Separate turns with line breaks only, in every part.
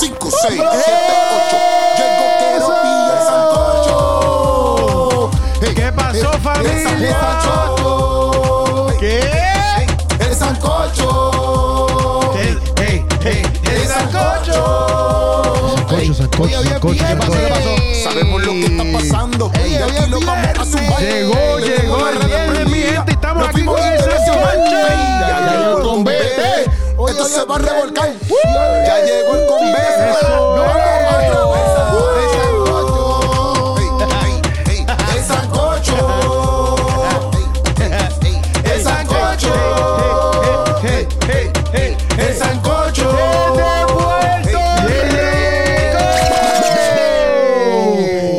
6, 7, 8. Llegó quiero pillar sancocho. Ey,
¿Qué pasó,
ey,
familia?
El sancocho. Ey,
¿Qué?
ey, El sancocho.
El, ey, ey, el
Sancocho, sancocho,
Oye, hoy es
sancocho,
viernes. ¿Qué
sancocho.
pasó? Sabemos lo que está pasando.
Ey,
Y
hoy
aquí
es
lo vamos a hacer un
viernes.
baile.
Llegó,
Le
llegó
dimos
el
la
viernes,
reprendida.
mi gente, estamos
Nos
aquí
fuimos
con el
internacional.
sancocho.
Ey,
Ya
Ya llegó el convete. Esto se va a revolcar. Ya llegó el convete.
Eso
Vamos
es.
a atravesar. Ey, ey, ey, El sancocho. Ey, ey, ey, El sancocho.
Hey, hey, hey,
El sancocho.
hey.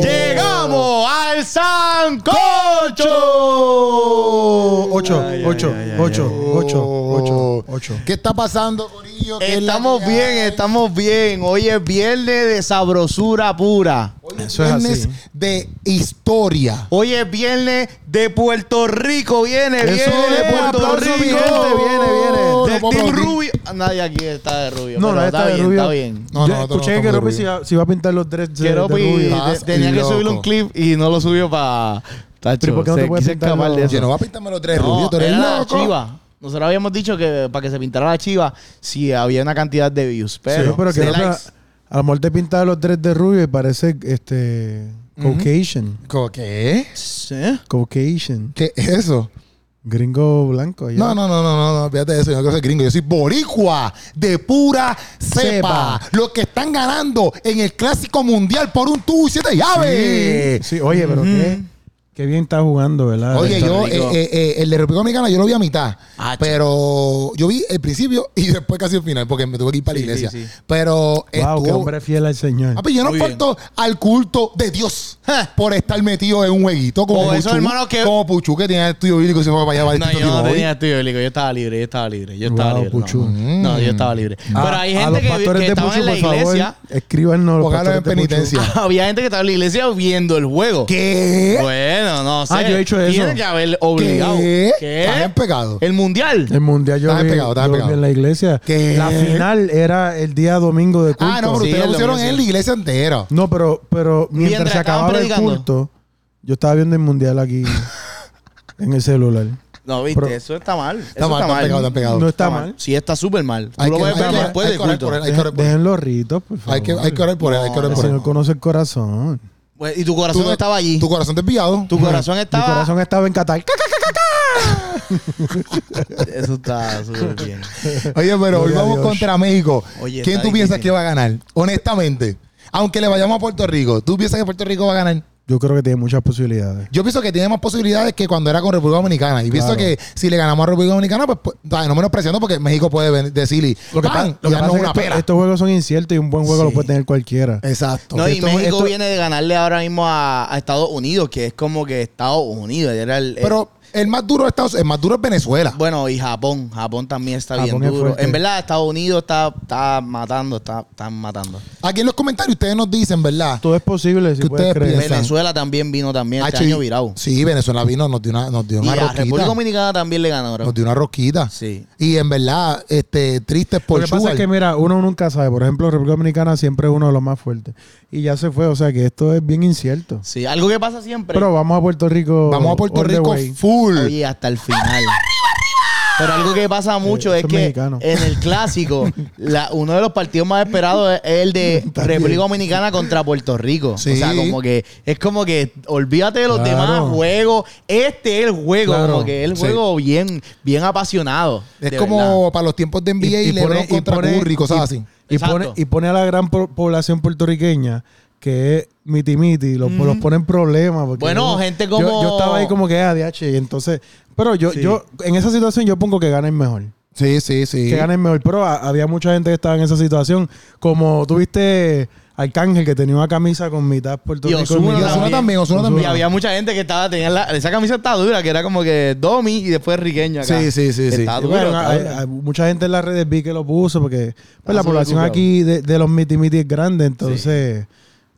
Llegamos al sancocho.
8, 8, 8, 8, 8, 8.
¿Qué está pasando, Corillo? ¿Qué es la
Estamos
que
bien,
hay?
estamos bien. Hoy es viernes de sabrosura pura.
Hoy
Eso es
viernes
así.
de historia.
Hoy es viernes de Puerto Rico. Viene, viene
Eso es,
de
un
Puerto
aplauso,
Rico.
mi gente, viene, viene.
Del
No,
Team
vamos a
Rubio. Ah, Nadie aquí está de Rubio.
No,
pero
nadie está de
bien,
Rubio.
Está bien.
No,
Yo
no, no
escuché
estamos
que
de
Ropi
rubio.
si va si va a pintar los dreads de,
Quiero
de
pi-
rubio.
de-
Estás
tenía que
loco.
subir un clip y no lo subió para.
Pero ¿y por qué no te puedes pintar los-
de eso.
Oye, no va a pintarme los tres
No,
rubios, tú eres
era la
loco.
chiva. Nosotros habíamos dicho que para que se pintara la chiva, si había una cantidad de views. Pero,
Sí, pero que
de
no, pero
likes.
a lo mejor te pinta los dreads de rubio y parece este Caucasian.
Co- ¿Qué?
Sí.
Caucasian.
¿Qué es eso?
Gringo blanco. allá.
No, no, no, no, no, no, fíjate de eso, yo no quiero ser gringo, yo soy boricua de pura cepa.
Cepa.
Los que están ganando en el clásico mundial por un tubo y siete llaves.
Sí, oye, pero qué, qué bien está jugando, ¿verdad?
Oye,
Está
yo, eh,
rico.
eh, eh, el de República Dominicana, yo lo vi a mitad.
Ah,
pero yo vi el principio y después casi el final, porque me tuve que ir para la
Sí,
iglesia.
sí, sí.
Pero
Wow, qué
estuvo-
hombre fiel al Señor.
Ah, pues yo no
Muy
falto al culto de Dios
Ja.
por estar metido en un jueguito como
Como
Puchu.
esos hermanos que-
Como Puchu que tenía el estudio bíblico y se fue para allá para el
No,
Instituto
yo no
Timón.
tenía estudio bíblico, yo estaba libre, yo estaba libre, yo estaba
Wow,
libre. no.
Puchu.
No, yo estaba libre.
Mm.
A-
Pero
Ah,
hay
a
gente
los
que, vi-
pastores
que
de
estaban
Puchu,
en la
por favor,
iglesia.
Escríbanos los
Póngalo
pastores
en
de Puchu.
penitencia.
Había gente que estaba en la iglesia viendo el juego.
¿Qué?
Bueno, no sé.
Ah, yo he hecho eso.
Tienen que haber obligado.
¿Qué? Estás en pecado.
El mundial.
Eh,
El mundial yo
Estás
vi,
pegado, estás
yo vi
pegado.
en la iglesia.
¿Qué?
La final era el día domingo de culto.
Ah, no, pero
Sí,
ustedes
es
lo
lo
pusieron
mismo.
en la iglesia entera.
No, pero, pero mientras,
Mientras
se
estaban
acababa el
predicando.
culto, yo estaba viendo el mundial aquí en el celular.
No, viste,
Pero-
eso está mal.
Está mal, está pegado, está pegado.
No está mal.
Sí, está súper mal. Tú
Hay
lo
que-
puedes
hay
ver
que-
después
hay
del
que orar
culto.
por él, hay que orar
Dejen,
por él.
dejen los ritos, por favor.
Hay que, hay que orar por él, hay que orar
el
por él.
Señor conoce el corazón.
Pues, Y tu
Tú
corazón
no-
estaba allí.
Tu
Tu,
corazón desviado.
corazón estaba.
Mi corazón estaba en Qatar.
Eso está súper bien.
Oye, pero hoy
Gloria a
vamos
Dios.
contra México.
Oye,
¿Quién
está
tú piensas
difícil.
que va a ganar? Honestamente. Aunque le vayamos a Puerto Rico, ¿tú piensas que Puerto Rico va a ganar?
Yo creo que tiene muchas posibilidades.
Yo pienso que tiene más posibilidades que cuando era con República Dominicana. Y pienso
Claro.
que si le ganamos a República Dominicana, pues, pues, ay, no menospreciando porque México puede ven- decir y
Lo que, pa-
¡pam!
lo que
Ya
pasa
no es
es que
una
esto-
pera. Eh,
estos juegos son inciertos y un buen juego lo puede tener cualquiera.
Exacto.
No, y
Esto-
México
esto-
viene de ganarle ahora mismo a, a Estados Unidos, que es como que Estados Unidos. Era el, el-
Pero el más duro de Estados el más duro es Venezuela.
bueno, y Japón. Japón también está
Japón es
bien duro.
fuerte.
En verdad, Estados Unidos está, está matando, está, están matando.
Aquí en los comentarios ustedes nos dicen, ¿verdad?
Todo es posible, si
¿Qué
puedes
ustedes
creer.
piensan?
Venezuela también vino también este
Hacho, y-
año virado.
Sí, Venezuela vino, nos dio una, nos dio
Y
una
a República
rosquita.
Dominicana también le ganaron.
Nos dio una rosquita.
Sí.
Y en verdad, este, tristes por
Lo que pasa
Sugar.
es que, mira, uno nunca sabe. Por ejemplo, República Dominicana siempre es uno de los más fuertes. Y ya se fue, o sea que esto es bien incierto.
Sí, algo que pasa siempre.
Pero vamos a Puerto Rico.
Vamos a Puerto
all the
Rico
way.
full.
Oye, hasta el final. Pero algo que pasa
Eh,
mucho
eso
es
es
que
mexicano.
en el clásico, la- uno de los partidos más esperados es el de República Dominicana contra Puerto Rico.
Sí.
O sea, como que es como que olvídate de los
Claro.
demás juegos. Este es el juego,
Claro.
como que es el
Sí.
juego bien, bien apasionado.
es
de
como
verdad.
para los tiempos de NBA y, LeBron contra Curry, cosas
y-
así.
Y pone,
Exacto.
y pone a la gran po- población puertorriqueña que es miti miti, los, los pone en problemas. porque
Bueno,
yo-
gente
yo- Yo,
como-
estaba ahí como que ADH, y entonces. Pero yo,
Sí.
yo, en esa situación, yo pongo que ganen mejor.
Sí, sí, sí.
Que ganen mejor. Pero a- había mucha gente que estaba en esa situación. Como tuviste Arcángel, que tenía una camisa con mitad Puerto
Y
Rico.
Ozuna
mitad-
Osuna
también.
también, Osuna
Y
también.
había mucha gente que estaba, tenía la- esa camisa está dura, que era como que Domi y después Riqueño acá.
Sí, sí, sí, sí.
Está
Y
duro,
bueno,
está
hay-
duro.
hay mucha gente en las redes vi que lo puso porque pues,
Ah,
la
sí, lo
población
escuchaba.
aquí de, de los miti miti es grande, entonces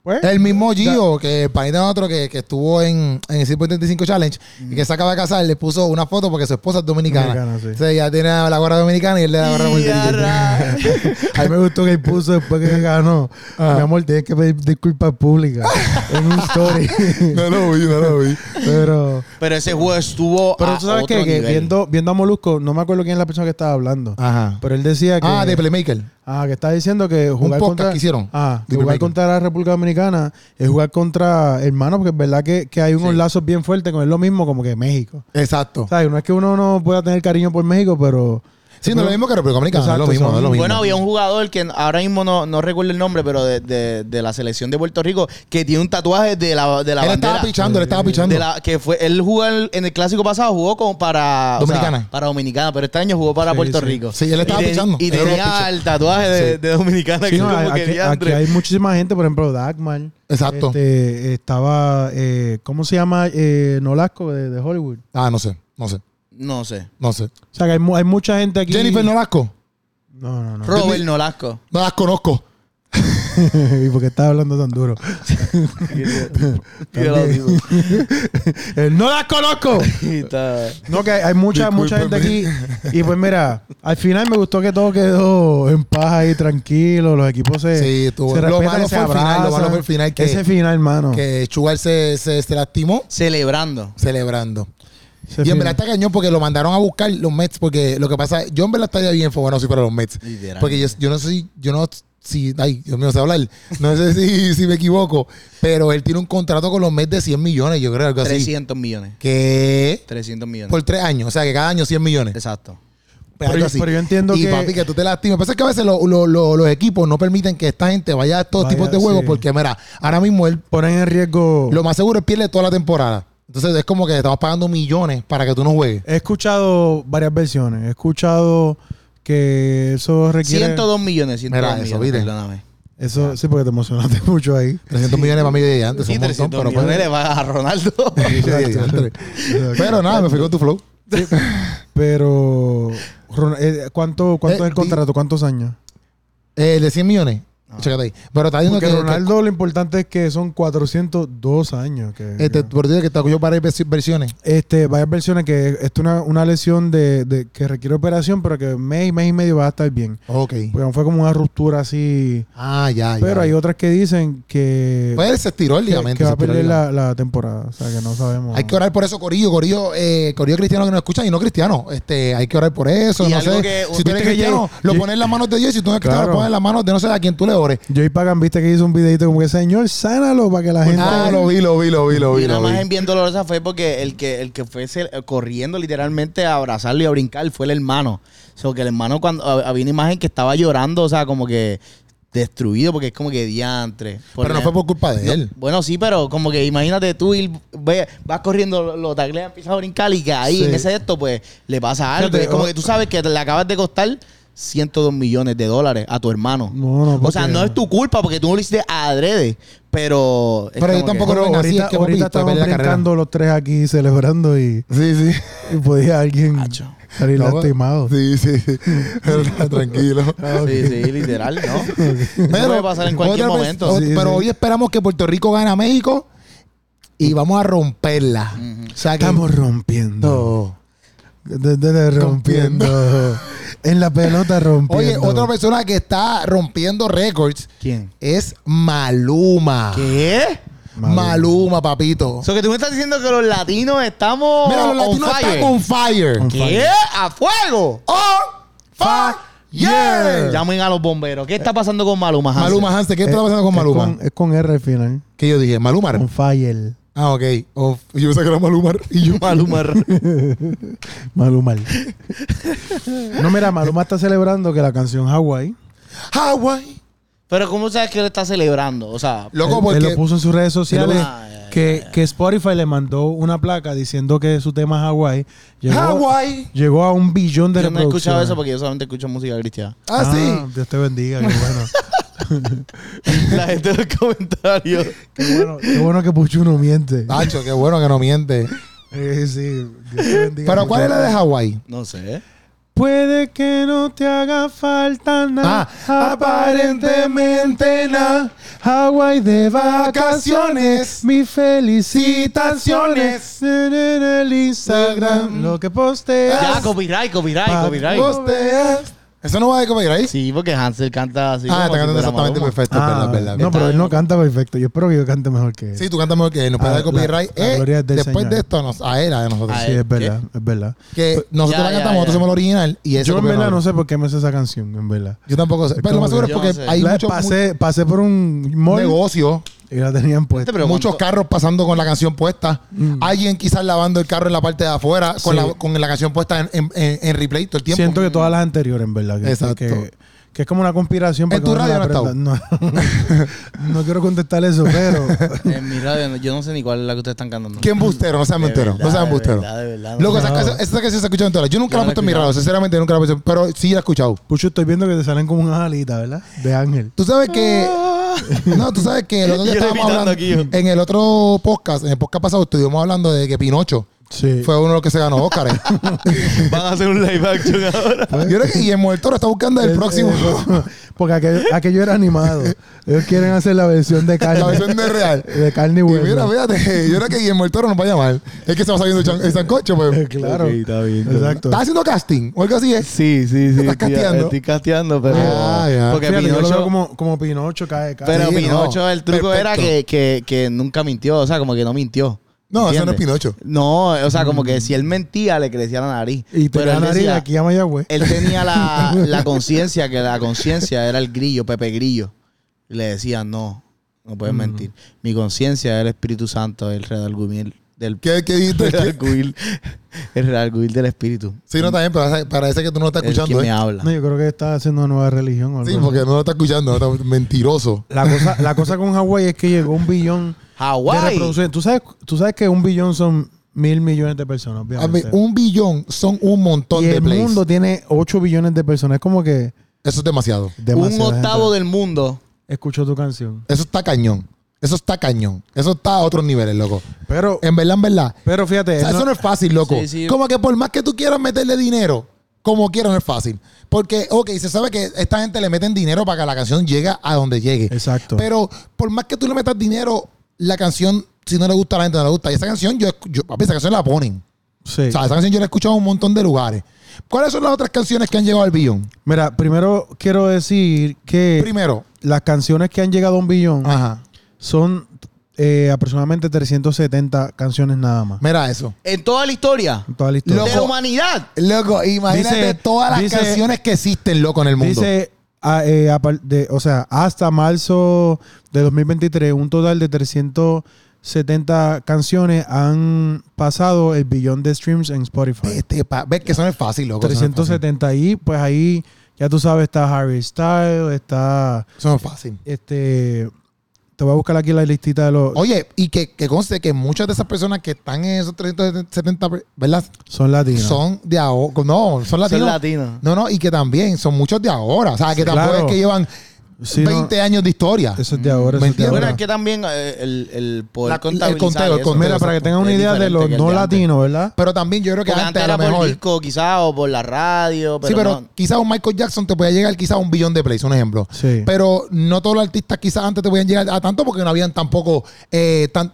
Pues,
El mismo Gio, que el panita de nosotros que, que estuvo en, en el 135 Challenge y que se acaba de casar, le puso una foto porque su esposa es dominicana.
Mm. Dominicana, sí.
Entonces ella tiene la gorra dominicana y él le da la gorra puertorriqueña.
a mí me gustó que él puso después que ganó. Mi amor, tienes que pedir disculpas públicas en un story.
No lo vi, no lo vi.
Pero,
Pero ese juego estuvo.
pero
a
tú sabes
Ah, otro
qué? que
nivel.
viendo, viendo a Molusco, no me acuerdo quién es la persona que estaba hablando.
Ajá.
Pero él decía que.
Ah, de Playmaker.
Ah, que está diciendo que jugar
podcast
contra,
que hicieron
Ah, que
de
jugar
Jamaica.
contra la República Dominicana es jugar contra hermanos, porque es verdad que, que hay unos lazos bien fuertes con él, lo mismo como que México.
Exacto.
O sea, no es que uno no pueda tener cariño por México, pero...
Sí, no es lo mismo que República Dominicana. no es
Exacto,
lo mismo, no es lo
son-
mismo.
Bueno, había un jugador que ahora mismo no, no recuerdo el nombre, pero de, de- de la selección de Puerto Rico, que tiene un tatuaje de la, de la
él
bandera.
estaba pichando, él estaba pichando.
de la, que fue, él jugó en, en el clásico pasado, jugó como para o sea,
Dominicana.
para Dominicana, pero este año jugó para
Sí,
Puerto
sí.
Rico.
Sí, él estaba
y te-
pichando.
Y
Él era
tenía
picho.
el tatuaje de,
Sí.
de Dominicana
Sí,
que
no,
como que
aquí,
diantre.
aquí hay muchísima gente, por ejemplo, Dagman.
Exacto.
Este, estaba... eh, ¿Cómo se llama? Eh, Nolasco de, de Hollywood.
Ah, no sé, no sé,
No sé.
no sé.
O sea, que hay, mu- hay mucha gente aquí...
Jennifer Nolasco.
No, no, no.
Robert Nolasco.
No las conozco.
¿Y por qué estás hablando tan duro? También. Eh, ¡No las conozco!
Y está-
No, que hay, hay mucha, mucha gente aquí. Y pues mira, al final me gustó que todo quedó en paz ahí, tranquilo. Los equipos se,
Sí, estuvo-
se
lo
respetan,
malo
se
fue el final, lo
abrazan.
malo fue el final que-
Ese final, hermano.
Que Sugar se, se, se lastimó
Celebrando.
celebrando. Y en verdad está cañón porque lo mandaron a buscar los Mets. Porque lo que pasa, yo en verdad estaría bien bueno si fuera los Mets.
Literal.
Porque yo, yo no sé si, yo no, si, ay, Dios mío, sé hablar. No sé si, si me equivoco. Pero él tiene un contrato con los Mets de 100 millones, yo creo, algo así.
300 millones.
Que
300 millones.
por tres años, o sea que cada año 100 millones. Pues
Exacto.
Pero yo- pero yo entiendo
y
que-
papi, que tú te lastimes. Pasa que a veces lo- lo- lo- los equipos no permiten que esta gente vaya a estos
Vaya,
tipos de juegos
sí.
porque, mira, ahora mismo él,
Ponen en riesgo.
lo más seguro, él pierde toda la temporada. Entonces es como que estamos pagando millones para que tú no juegues.
He escuchado varias versiones. He escuchado que eso requiere.
102 millones. 102
Mira eso,
millones,
¿viste?
perdóname.
Eso sí, porque te emocionaste mucho ahí.
300 millones para mí de antes, son
Sí,
un montón,
300
pero
millones le va a Ronaldo.
pues, sí, diantre. Pero nada, me fui con tu flow.
Pero. Ron- eh, ¿Cuánto, cuánto
Eh,
es el contrato? ¿Cuántos años?
Eh, el de 100 millones.
Ah.
Chécate ahí. Pero está diciendo
Porque
que,
Ronaldo lo importante es que son 402 años. Que,
que- este,
que-
por decir que está yo para versiones.
este, varias versiones que esto es una, una lesión de, de- que requiere operación, pero que mes, mes y medio va a estar bien.
Ok.
Porque no fue como una ruptura así.
Ah, ya, ya.
Pero hay otras que dicen que,
Pues él se estiró el
que,
ligamento.
que va
se
a
estiró el
perder
ligamento.
la, la temporada. O sea, que no sabemos.
Hay que orar por eso, Corillo, Corillo, eh, Corillo cristiano que nos escuchan y no cristiano. Este, hay que orar por eso.
Y
No
algo
sé.
que-
si tú eres
viste que
cristiano,
Jay-
lo
Jay-
pones en las manos de Dios. Si tú no eres cristiano,
Claro.
lo pones en las manos de no sé a quién tú le ores.
Joey Pagan, viste que hizo un videito como que, señor, sánalo para que la gente.
Ah, lo vi, lo vi, lo vi, lo
Y
vi.
una
lo vi.
imagen bien dolorosa fue porque el que, el que fue se- corriendo literalmente a abrazarlo y a brincar fue el hermano. O sea, que el hermano cuando hab- había una imagen que estaba llorando, o sea, como que destruido porque es como que diantre. Por
Pero no
la-
fue por culpa de
No,
él.
Bueno, sí, pero como que imagínate tú ir, ve- vas corriendo, lo- lo tacleas, empiezas a brincar y que ahí
Sí.
en ese esto, pues le pasa algo.
Fíjate,
es
oh.
como
o-
que tú sabes que te- le acabas de costar 102 millones de dólares a tu hermano.
No, no,
o sea,
porque-
no es tu culpa porque tú no lo hiciste adrede, pero. es
Pero yo
como que-
tampoco
Pero
lo que nací
ahorita,
es que, papi,
ahorita
para
estamos
perder la carrera.
brincando los tres aquí celebrando y,
Sí, sí.
y podía alguien
Acho.
salir
No,
lastimado.
Sí, sí. sí. Tranquilo.
Sí, sí, literal, ¿no? Eso puede pasar en cualquier
otra vez-
momento.
o-
Sí,
pero
sí.
hoy esperamos que Puerto Rico gane a México y vamos a romperla. O sea, que-
Estamos rompiendo.
No.
De- de- de- rompiendo. en la pelota
Oye,
rompiendo.
otra persona que está rompiendo récords
¿Quién?
es Maluma.
¿Qué?
Maluma. papito.
O sea, que tú me estás diciendo que los latinos estamos
Mira, los
on
latinos
fire.
están on fire.
On
¿Qué? ¡A fuego!
On fire.
Llamen a los bomberos. ¿Qué está pasando con Maluma? Hansel?
Maluma, Hansen, ¿qué está pasando con
Eh, Es
Maluma?
Es con R al final.
¿Qué yo dije? Maluma.
Con Fire.
Ah, ok. Oh, yo pensaba que era Maluma. Y yo,
Maluma.
Maluma. no, mira, Maluma está celebrando que la canción Hawaii.
Hawaii.
Pero ¿cómo sabes que él está celebrando? O sea,
Loco,
él-
porque...
él lo puso en sus redes sociales.
Ah, ya, ya,
que, que Spotify le mandó una placa diciendo que su tema es Hawaii. Llegó,
Hawaii.
llegó a un billón
yo
de
no he
reproducciones.
escuchado eso porque yo solamente escucho música cristiana.
Ah,
Ah,
sí.
Dios te bendiga. Qué bueno.
La gente en los comentarios.
qué, bueno qué bueno que Puchu no miente.
Nacho, qué bueno que no miente.
Eh, sí, Dios te bendiga.
Pero ¿cuál es la de Hawaii?
No sé.
Puede que no te haga falta nada.
Ah, aparentemente nada.
Hawái de
Vacaciones.
vacaciones. Mis felicitaciones.
Citaciones.
En el
Mm.
Instagram. Lo que
Ya,
posteas.
copyright, copyright,
Pa-
copyright.
Posteas. Eso no va de copyright.
Sí, porque Hansel canta
ah,
así. como
está
si
cantando
fuera
exactamente
Maluma.
perfecto.
Ah,
verdad, verdad.
No, pero él no canta perfecto. Yo espero que yo cante mejor que él.
Sí, tú cantas mejor que él. Nos puede
Ah,
dar copyright.
la- la
Eh,
gloria es del
después
Señor.
de esto, nos, a él, a nosotros.
A
Sí,
él.
es verdad, es verdad.
Que nosotros
Ya,
la
ya,
cantamos,
ya.
nosotros somos la original. Y ese
Yo en
copyright
verdad
no.
no sé por qué me sé esa canción, en verdad.
Yo tampoco sé. Pero lo más
como
seguro
que-
es porque
Yo no sé.
hay
La-
muchos
pasé, pasé por un mall
negocios,
y la tenían puesta.
Pero
muchos
cuando-
carros pasando con la canción puesta.
Este, Mm.
Alguien quizás lavando el carro en la parte de afuera con,
Sí.
la, con la canción puesta en, en- en- en replay todo el tiempo.
Siento que todas las anteriores, en verdad. Que,
Exacto.
Que, que es como una conspiración. para
En
que
tu
uno se la
radio no
aprenda. No, no quiero contestar eso, pero...
En mi radio, no- yo no sé ni cuál es la que ustedes están cantando.
¿Quién bustero? No sean
De
mustero. No
verdad,
sean
de
bustero.
verdad, de verdad, no
Loco,
sé.
esa canción esa canción se escucha en todas. Yo nunca la
Yo
he
no la
puesto en mi
escuchaba.
radio, sinceramente nunca la he puesto. Pero sí la he escuchado.
Pucho, estoy viendo que te salen como unas alitas, ¿verdad? De ángel.
Tú sabes que.
Ah.
No, tú sabes que el otro día
Yo
estábamos hablando.
imitando aquí, yo.
en el otro podcast, en el podcast pasado, estuvimos hablando de que Pinocho
Sí.
fue uno de los que se ganó Oscar.
Van a hacer un live action ahora.
Yo creo que Guillermo del Toro está buscando el
Es-
próximo.
es- Eh, porque aquello, aquello era animado. Ellos quieren hacer la versión de carne.
La versión de real.
De carne y
Y
hueso.
mira, fíjate, yo creo que Guillermo del Toro nos va a llamar. Es que se va saliendo el chan- el sancocho,
Eh,
pues.
Claro.
Ok, está bien, está bien.
Exacto.
¿Estás haciendo casting? O algo así es.
Sí, sí, sí.
¿Estás
estoy-
casteando?
Estoy casteando, pero.
Ah, ya.
Porque
Fíjate, yo lo veo
Pinocho.
como, como Pinocho cae, cae.
Pero
Sí, no.
Pinocho, el truco era que, que, que nunca mintió, o sea, como que no mintió.
No, eso no es
¿entiendes?
Pinocho. Mm.
No, o sea, como que si él mentía, le crecía la nariz.
y te
Pero
da
él
nariz
decía-
de aquí a Mayagüez.
Él tenía la, la conciencia, que la conciencia era el grillo, Pepe Grillo. Y le decía, no, no
Mm.
puedes mentir. Mi conciencia era el Espíritu Santo, el redalguil del...
¿Qué, qué dijiste? ¿Qué?
redalguil- el redalguil del Espíritu.
Sí, no, también, pero parece que tú no lo estás
el que
escuchando.
me
¿eh?
habla.
No, yo creo que está haciendo una nueva religión. o algo
Sí,
así.
porque no lo estás escuchando. no está- Mentiroso.
La cosa, la cosa con Hawái es que llegó un billón de
¡Hawái!
reproducciones. ¿Tú sabes, tú sabes que un billón son mil millones de personas,
A
obviamente.
ver, un billón son un montón
y
de
el
plays.
mundo tiene 8 billones de personas. Es como que
Eso es demasiado.
Un
demasiada
octavo
gente
del mundo.
escuchó tu canción.
Eso está cañón. Eso está cañón. Eso está a otros niveles, loco.
Pero,
En verdad, en verdad.
Eh, pero fíjate,
O sea,
él
eso
Eh, no-
no es fácil, loco.
Sí, sí.
Como que por más que tú quieras meterle dinero, como quieras, no es fácil. Porque, ok, se sabe que esta gente le meten dinero para que la canción llegue a donde llegue.
Exacto.
Pero por más que tú le metas dinero, la canción, si no le gusta a la gente, no le gusta. Y esa canción, yo, yo papi, esa canción la ponen.
Sí.
O sea, esa canción yo la he escuchado en un montón de lugares. ¿Cuáles son las otras canciones que han llegado al billón?
Mira, primero quiero decir que
Primero.
las canciones que han llegado a un billón
Ajá.
son eh, aproximadamente 370 canciones nada más.
Mira eso.
En toda la historia.
En toda la
Loco.
De
historia.
la humanidad.
Loco, imagínate
Dice-
todas las
dice-
canciones que existen, loco, en el mundo.
Dice, a- eh, a par- de- o sea, hasta marzo de 2023, un total de 370 canciones han pasado el billón de streams en Spotify.
Este, pa- ves que eso no es fácil, loco. eso no es fácil.
370 y pues ahí, ya tú sabes, está Harry Styles, está
Eso no es fácil.
este... Te voy a buscar aquí la listita de los...
Oye, y que, que conste que muchas de esas personas que están en esos 370, per- ¿verdad?
Son latinos.
Son de ahora. No, son latinos.
Son latinos.
No, no, y que también son muchos de ahora. O sea, que
Sí,
tampoco
claro.
es que llevan
Sí, no,
20 años de historia.
eso es de ahora.
¿Me
eso es de
entiendes?
Bueno,
ahora.
es que también eh, el, el
La-
poder
el
contabilizar
conteo, el
eso,
conteo,
Mira, para que
exacto.
tengan una
es
idea de
diferente
los
que el
no
de antes.
latinos, ¿verdad?
Pero también yo creo que
Porque
antes
antes
a lo
era
mejor.
por disco, quizás, o por la radio. Pero
sí, pero
no.
quizás un Michael Jackson te podía llegar quizás a un billón de plays, un ejemplo.
Sí.
Pero no todos los artistas quizás antes te podían llegar a tanto porque no habían tampoco eh, tan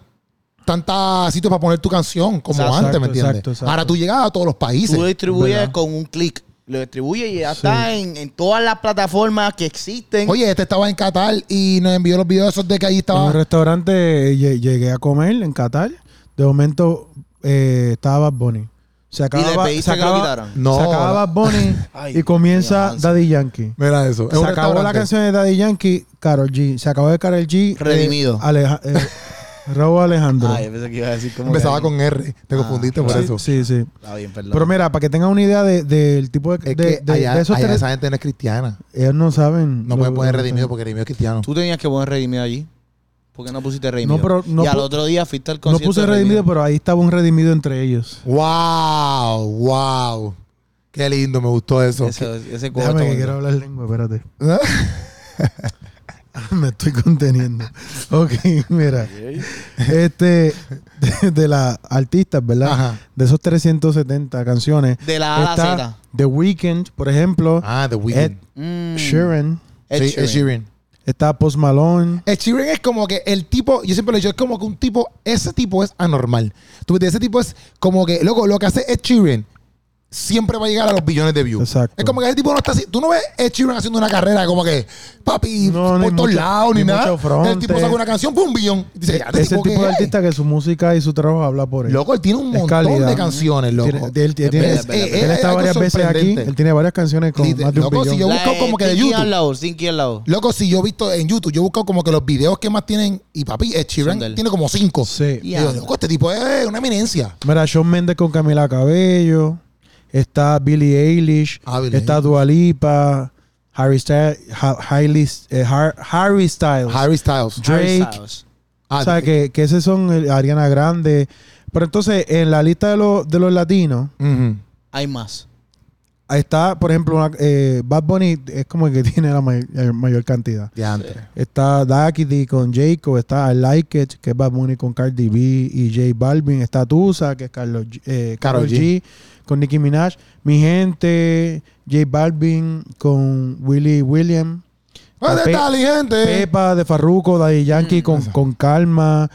tanta sitios para poner tu canción como
Exacto,
antes, ¿me entiendes?
exacto, exacto.
Ahora tú llegas a todos los países.
Tú lo distribuyes
¿verdad?
con un clic. Lo distribuyes y ya está en, en todas las plataformas que existen.
Oye, este estaba en Qatar y nos envió los videos esos de que ahí
En
estaba.
un restaurante eh, lle- llegué a comer en Qatar. De momento eh, estaba Bad Bunny. Se acaba,
Y le pediste que
se
lo
acaba-
quitaran.
No.
se acaba Bad Bunny
Ay,
y comienza
Dios.
Daddy Yankee.
Mira eso.
Se acabó la canción de Daddy Yankee, Carol G. Se acabó de Carol G. eh,
Redimido.
Aleja- eh, Raúl Alejandro.
Ay, yo pensé que iba a decir como.
Empezaba
que-
con R. Te confundiste por
Ah, sí,
eso.
sí, sí.
Está bien, perdón.
Pero mira, para que tengan una idea de- del tipo de,
Es
de-
que
de-
allá,
de esos
allá
tres,
esa gente no es cristiana.
ellos no saben.
No
lo-
pueden poner
lo-
redimido porque redimido es cristiano.
Tú tenías que poner redimido allí. ¿Por qué no pusiste redimido?
No, pero no
y al
pu-
otro día fuiste al
No
concierto.
puse
de
redimido, pero ahí estaba un redimido entre ellos.
¡Wow! ¡Wow! Qué lindo, me gustó eso.
Ese, ese coro
Déjame
está
que
bueno.
quiero hablar lengua, espérate.
¿Ah?
Me estoy conteniendo. Ok, mira. Este, de, de las artistas, ¿verdad?
Ajá.
De esos 370 canciones.
De la A a la
está
Z.
The Weeknd, por ejemplo.
Ah, The Weeknd.
Mm.
Sheeran.
Ed
Sí,
Sheeran.
Está Post Malone.
El Sheeran es como que el tipo, yo siempre lo he dicho, es como que un tipo, ese tipo es anormal. Tú ves, ese tipo es como que, loco, lo que hace Ed Sheeran siempre va a llegar a los billones de views.
Exacto.
Es como que ese tipo no está así. Tú no ves Ed Sheeran haciendo una carrera como que, papi,
No, no hay
por todos
mucho-
lados, ni
ni
nada.
mucho fronte.
El tipo saca una canción, pum, un billón. Y Dice, ya,
Ese
¿qué
tipo de
es?
artista que su música y su trabajo habla por él.
Este Loco, él tiene un
Es
montón
calidad.
de canciones, loco.
Tiene- él, él
Es
tiene-
verdad, es verdad,
él
es verdad.
está
Hay
varias
algo
veces aquí.
sorprendente.
Él tiene varias canciones con
Lite-
más de un
loco, si
billón.
yo-
La
busco como que de
Stinky
YouTube.
al lado, Stinky al lado.
Loco, si yo he visto en YouTube, yo he buscado como que los videos que más tienen, y papi, Ed Sheeran
Son de él.
tiene como cinco.
Sí.
Y yo, loco, este tipo es una eminencia.
Mira, Shawn Mendes con Camila Cabello. Está Billie Eilish.
Ah, Billie
está Dua Lipa. Harry Styles. Harry, eh, Harry Styles.
Harry Styles.
Drake.
Harry Styles.
Ah,
o sea, que, que esos son el- Ariana Grande. Pero entonces, en la lista de, los de los latinos,
ujú.
Hay más.
ahí está, por ejemplo, una- eh, Bad Bunny es como el que tiene la may- la mayor cantidad.
De antes.
Está Ducky D con Jacob, está I Like It, que es Bad Bunny con Cardi B y J Balvin, está Tusa, que es Carlos G- eh,
Karol
Karol G. con Nicki Minaj, Mi Gente, J Balvin con Willy William,
¿Dónde
Pe-
está la
Eh.
gente?
Pepa de Farruko, Daddy Yankee con, con Calma,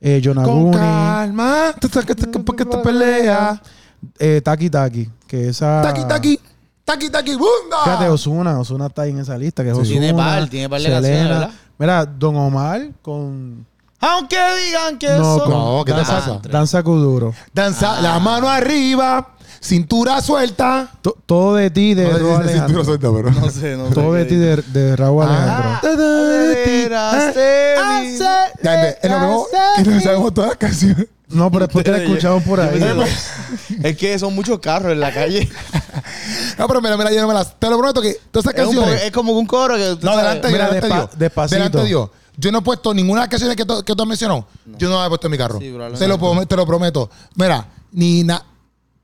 eh, John
Con
Aguni,
calma, tú sabes que te- que- porque te pelea.
eh, Taki Taki, que esa...
Taqui, taqui, taqui, taqui,
Ah. Fíjate,
bunda.
Osuna, Osuna está ahí en esa lista, que es
Sí. Tiene
Ozuna,
par, tiene par de canciones, ¿verdad?
Mira, Don Omar con...
Aunque digan que
No,
son-
con
No, ¿qué te
Danza-
pasa?
Danza Kuduro.
Danza
Ah.
la mano arriba, cintura suelta.
To- todo de ti de
No le
Raúl
dicen
Alejandro.
cintura suelta, pero.
No sé, no sé.
Todo de ti de, de Raúl Alejandro.
Ah. Ya, en vez- en lo nuevo, que nos sabemos todas las canciones.
No, pero después te la escuchamos por ahí.
Es que son muchos carros en la calle.
No, pero mira, mira, yo no me las. Te lo prometo que todas esas
Es, un
canciones.
po- es como un coro que tú
No,
sabes.
delante, de
Mira,
Dios, delante de
despa-
Dios.
despacito.
Delante de Dios. Yo no he puesto ninguna de las canciones que, to- que tú has mencionado. Yo no las he puesto en mi carro.
Sí, probablemente.
Se lo prom- te lo prometo. Mira, ni nada.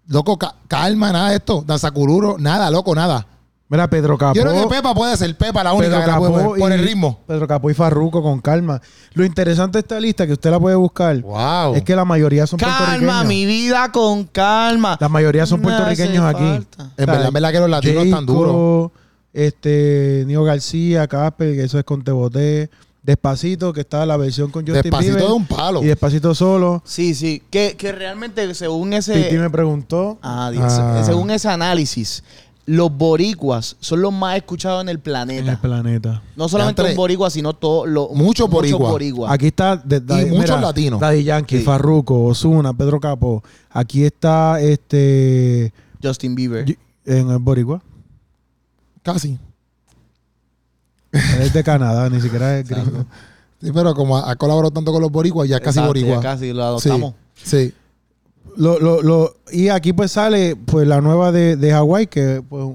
Loco, ca- calma, nada de esto. Danza cururo, nada, loco, nada.
Mira, Pedro Capó.
Yo creo que Pepa puede ser Pepa, la única
Pedro
que la puede
Capó
poner por
y-
el ritmo.
Pedro Capó y Farruco con calma. Lo interesante de esta lista, que usted la puede buscar,
Wow.
es que la mayoría son
Calma,
puertorriqueños.
mi vida con calma.
La mayoría son
Me hace
puertorriqueños aquí.
falta.
En verdad, en verdad que los latinos están
Jacob,
duros.
Este, Nio García, Casper, que eso es con Teboté. Despacito, que está la versión con Justin
Despacito
Bieber.
de un palo.
Y Despacito solo.
Sí, sí. Que, que realmente según
Titi
ese...
me preguntó.
Ah, Dios.
Ah.
Según ese análisis, los boricuas son los más escuchados en el planeta.
En el planeta.
No solamente
Entre-
un boricua, sino todos los...
Muchos boricua.
Aquí está de- Daddy-
muchos latinos.
Daddy Yankee,
Sí.
Farruko, Osuna, Pedro Capo. Aquí está este
Justin Bieber.
y- en el Boricua.
Casi.
Él es de Canadá, ni siquiera es gringo.
Sí, pero como ha, ha colaborado tanto con los boricuas, ya es casi
Exacto,
boricua.
ya Casi lo adoptamos.
Sí. sí.
Lo- lo- lo- y aquí pues sale pues la nueva de, de Hawái, que, pues,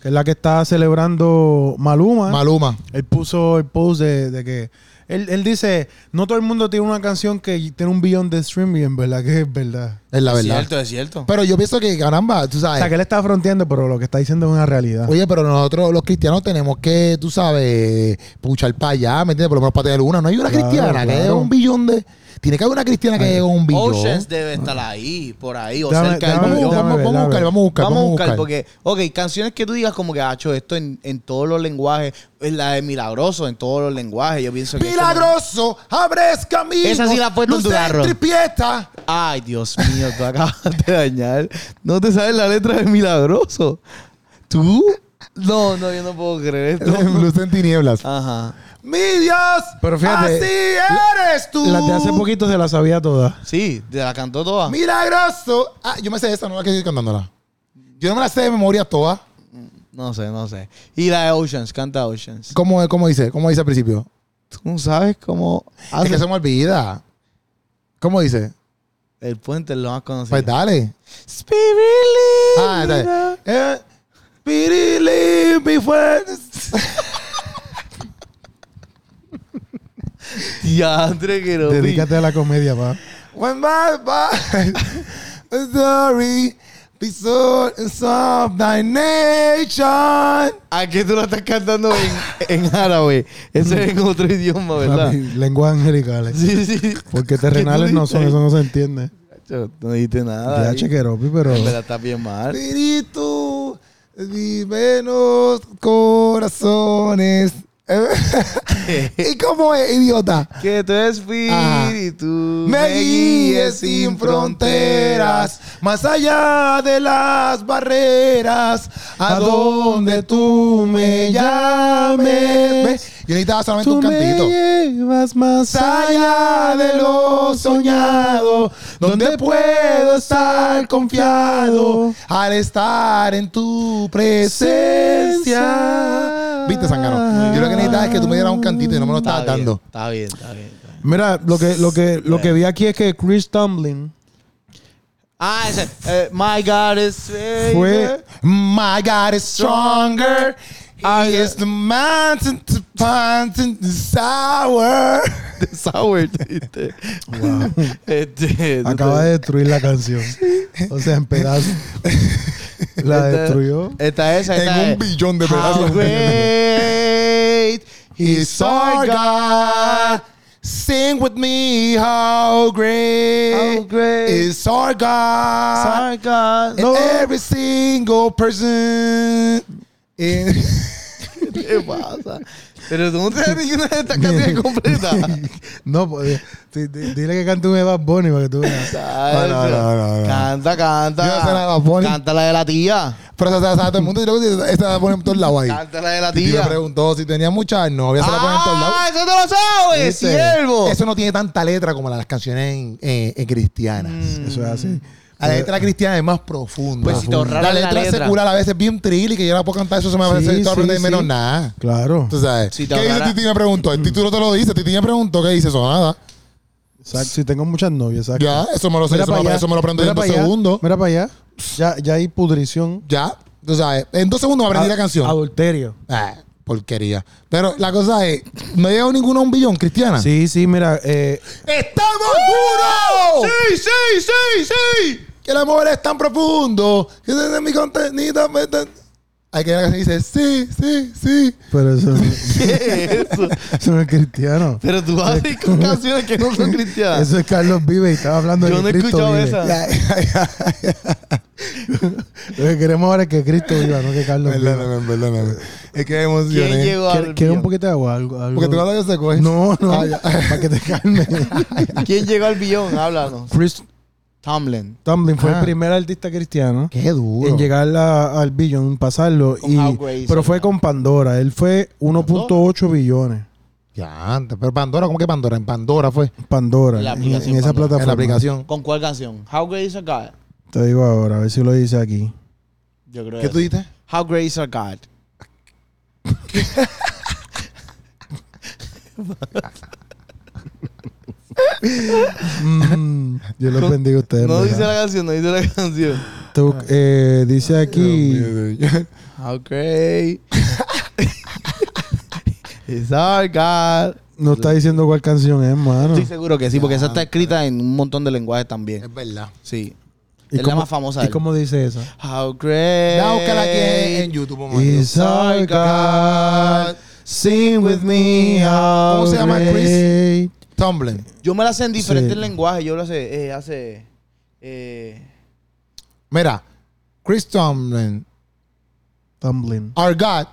que es la que está celebrando Maluma.
Maluma.
él puso el post de, de que. Él, él dice, no todo el mundo tiene una canción que tiene un billón de stream y en verdad que es verdad.
Es la verdad.
es cierto.
Pero yo pienso que, caramba, tú
O
sabes.
sea, que él está fronteando, pero lo que está diciendo es una realidad.
Oye, pero nosotros los cristianos tenemos que, tú sabes, puchar para allá, ¿me entiendes? Por lo menos para tener una. No hay una
Claro,
cristiana que
claro.
llegue a un billón de... Tiene que haber una cristiana que llegue a un billón.
Oceans debe estar ahí, por ahí, o
Dame-
cerca del
dame-
Vamos,
millón.
vamos,
Déjame ver,
vamos a buscar,
déjame
vamos a buscar,
Vamos a buscar, porque, ok, canciones que tú digas como que ha hecho esto en, en todos los lenguajes, en la de Milagroso, en todos los lenguajes, yo pienso que... es como-
Milagroso, abres camino.
Esa sí la has puesto en tu
luz de
carro.
tripieta.
Ay, Dios mío, tú acabas de dañar. No te sabes la letra de Milagroso. ¿Tú? No, no, yo no puedo creer esto.
Luz en tinieblas.
Ajá.
Mi Dios,
Pero fíjate,
así eres tú.
Las de hace poquito se las sabía todas.
Sí, te la cantó toda.
Milagroso. Ah, yo me sé esa, no la que estoy cantándola. Yo no me la sé de memoria toda.
No sé, no sé. Y la de Oceans, canta Oceans.
¿Cómo, cómo dice? ¿Cómo dice al principio?
Tú no sabes cómo
Es
hace
que se me olvida. ¿Cómo dice?
el puente, es lo más conocido.
Pues dale.
Spirit
Ah,
leader.
dale. Eh, pirili, mi fuerza.
Diantre, que no vi.
Dedícate a la comedia, pa.
When my body- sorry, The source of thy nation.
Aquí tú lo estás cantando en, en árabe. Eso es en otro idioma, ¿verdad?
Papi, lenguas angelicales.
Sí, sí.
Porque terrenales no son, eso no se entiende.
Yo no dijiste nada.
Ya
ahí.
chequeropi, pero.
En verdad está bien mal.
Espíritu, vive los corazones. ¿Y cómo es, idiota?
Que tu espíritu
Me guíes sin fronteras, más allá de las barreras, a donde tú me llames. Yo necesitaba solamente
Tú
un
me
cantito.
llevas más
Más allá de lo soñado, donde puedo estar confiado al estar en tu presencia. Viste, Sangano. Yo lo que necesitaba es que tú me dieras un cantito y no me lo estabas
Está bien,
dando.
Está bien, está bien. está bien.
Mira, lo que, lo, que, lo que vi aquí es que Chris Tomlin
Ah, ese. eh, my God is
fue.
My God is stronger.
Ah,
He
ya.
is the mountain to mountain to sour.
sour, ¿viste? Este,
Acaba de destruir la canción. O sea, en pedazos. La
Esta-
destruyó.
Esta esa,
En
esta
un
es.
billón de pedazos.
How great
He's our God. Sing with me, how great,
How great
is our God.
our God. Eh,
And every single person. in-
eh. ¿Qué pasa? Pero tú no te das ninguna de estas canciones completas.
No, pues, di- di- dile que cante un Eva Bunny para que tú veas.
Ah,
no, no, no, no.
Canta, canta.
Yo no sé la de Bad Bunny.
Canta la de la tía.
Pero esa- esa- esa todo el mundo, y luego esa la ponen en todos lados ahí.
Canta la de la
Y me
tía.
preguntó si tenía muchas novias, se la ponen en todos lados.
Ah, eso te lo sabes,
Dice,
siervo.
Eso no tiene tanta letra como las canciones en- eh, en- en cristianas.
Eso es así. Pues,
La letra cristiana es más profunda.
Pues si te ahorraras
la
la
letra
letra.
secular a veces es bien trill y que yo la puedo cantar, eso se me va a
Sí,
hacer todo
sí,
aprender
sí.
menos nada.
Claro.
Tú sabes.
Si te
¿Qué dice
ahorraras-
Titi me preguntó? El título te lo dice. Titi me preguntó qué dice eso. Nada.
Exacto. Si tengo muchas novias, exacto.
Ya, eso me lo sé.
Mira
Eso,
pa'
me-
allá,
eso me lo aprendo
mira
en
pa'
dos
allá,
segundos.
Mira para allá. Ya, ya hay pudrición.
Ya. Tú sabes. En dos segundos me aprendí la canción.
Adulterio.
Ah, porquería. Pero la cosa es, no he llegado ninguna a un billón, cristiana.
Sí, sí, mira. eh,
¡Estamos duros!
Sí, sí, sí, sí.
que el amor es tan profundo que desde mi contenido me- te- hay que ver la canción y dice sí sí sí
pero eso, eso
¿Qué es eso?
no es cristiano.
Pero tú vas a ir con canciones que no son cristianas.
Eso es Carlos Vive y estaba hablando de
Yo
que
no he
Cristo
escuchado
vive.
esa.
Ya, ya, ya.
Lo que queremos ahora es que Cristo viva, no que Carlos viva.
perdóname perdóname es que me
¿Quién
emocioné
llegó
¿Quieres-
al
¿Quieres
billón?
un poquito de agua? Algo, algo?
porque tú vas a que se coge
No, no.
Ah, ya.
para que te calmes.
¿Quién llegó al billón? Háblanos.
Chris
Tomlin.
Tomlin fue
Ah.
el primer artista cristiano
qué duro
en llegar a- al billón, pasarlo.
Con
Y,
How Great,
pero
sí,
fue
¿no?
con Pandora. Él fue 1.8 billones.
ya antes pero Pandora ¿cómo que Pandora? en Pandora fue
Pandora.
En la
En,
aplicación
en esa
Pandora.
en la
plataforma.
aplicación
¿Con cuál canción? How Great is Our God.
Te digo ahora, a ver si lo dice aquí.
Yo creo
¿qué tú
que-
dijiste?
How Great is Our God.
Mm, yo los bendigo a ustedes.
No
¿verdad?
dice la canción, no dice la canción.
Tú, eh, dice aquí.
How great is our God.
No está diciendo cuál canción es, hermano.
Estoy seguro que sí, porque esa está escrita en un montón de lenguajes también.
es verdad
Sí.
¿Y
es la más famosa de
¿Y
él.
cómo dice esa?
How great.
ya búscala aquí en, en YouTube un momento.
Is our God, sing with me. how
¿Cómo se llama, Chris?
great.
Tumblr
Yo me la sé en diferentes
Sí.
lenguajes. Yo lo sé. eh, hace. eh,
mira Chris Tomlin
Tumbling.
Our God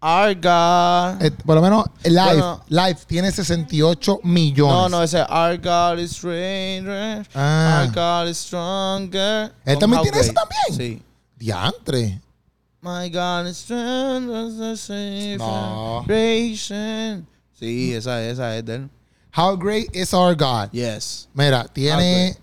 our God.
eh, por lo menos Live
Bueno.
Live tiene 68 millones
No, no, ese Our God is greater.
Ah.
Our God is stronger.
Él
Con
también
How
tiene eso
Great.
también.
Sí.
Diantre.
My God is stronger than safe
No.
and creation. Sí, esa, esa es de él.
How great is our God?
Yes.
Ah,
Mira, tiene.
great.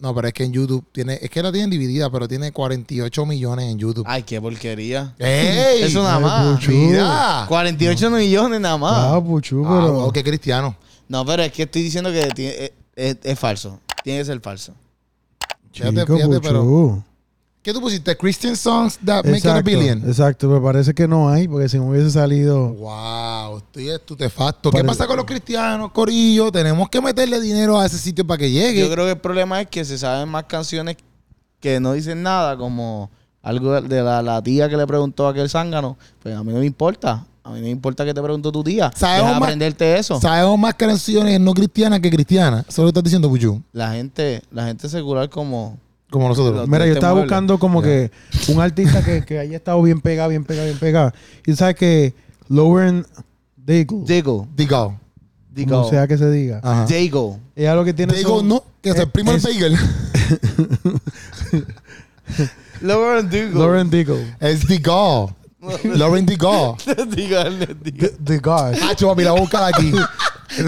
No, pero es que en YouTube tiene. Es que la tienen dividida, pero tiene 48 millones en YouTube.
Ah,
Ay, qué porquería.
¡Ey!
Eso nada
Ay,
más.
Puchu.
Mira.
48 millones nada más.
Ah, puchu,
Ah,
pero.
wow, qué cristiano.
No, pero es que estoy diciendo que ti- es, es- es falso. Tiene que ser falso.
chico,
Fíjate, fíjate,
puchu.
pero. ¿Qué tú pusiste? Christian songs that make it a
Exacto,
billion.
exacto, pero parece que no hay, porque si me hubiese salido.
Wow, estoy estupefacto. ¿Qué
Parece-
pasa con los cristianos, Corillo? Tenemos que meterle dinero a ese sitio para que llegue.
Yo creo que el problema es que se saben más canciones que no dicen nada, como algo de la, la tía que le preguntó a aquel zángano, pues a mí no me importa. A mí no me importa que te preguntó tu tía.
Sabemos
Deja
más-
aprenderte eso.
Sabemos más canciones no cristianas que cristianas. Eso lo estás diciendo, Puchu.
La gente, la gente secular como...
Como nosotros.
Lo-
Mira, yo
te
estaba
muebles.
buscando como que un artista que, que haya estado bien pegado, bien pegado, bien pegado. Y tú sabes que Lauren Daigle,
Digo,
Digo.
digo,
como sea que se diga.
Ajá.
digo.
Ella lo que tiene
Digo,
son-
no. Que se
eh,
exprima el
es-
bagel.
Lauren Digo.
Lauren Daigle.
Es Digo. Lauren Digo.
digo, digo.
The God.
Hacho, papi, la voy a buscar aquí.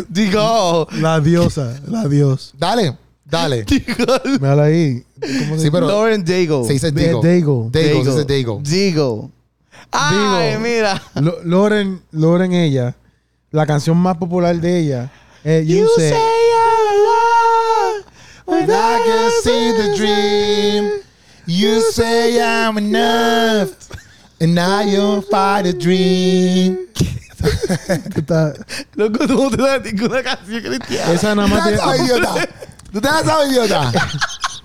Digo.
La diosa. La dios.
Dale, dale.
Mírala ahí. ¿Cómo
Sí, pero
Lauren Digo.
se dice
De-
Digo.
Daigle.
Digo, se dice Digo.
Digo. Ay,
Digo.
mira.
Lo- Lauren, Lauren ella, la canción más popular de ella es You, Say.
I
But I can see the dream. You say I'm enough. And now you fight a dream.
Está-
Loco, tú no te das ninguna canción cristiana.
esa nada
Tú
más
te has
tiene-
idiota. Tú te has idiota.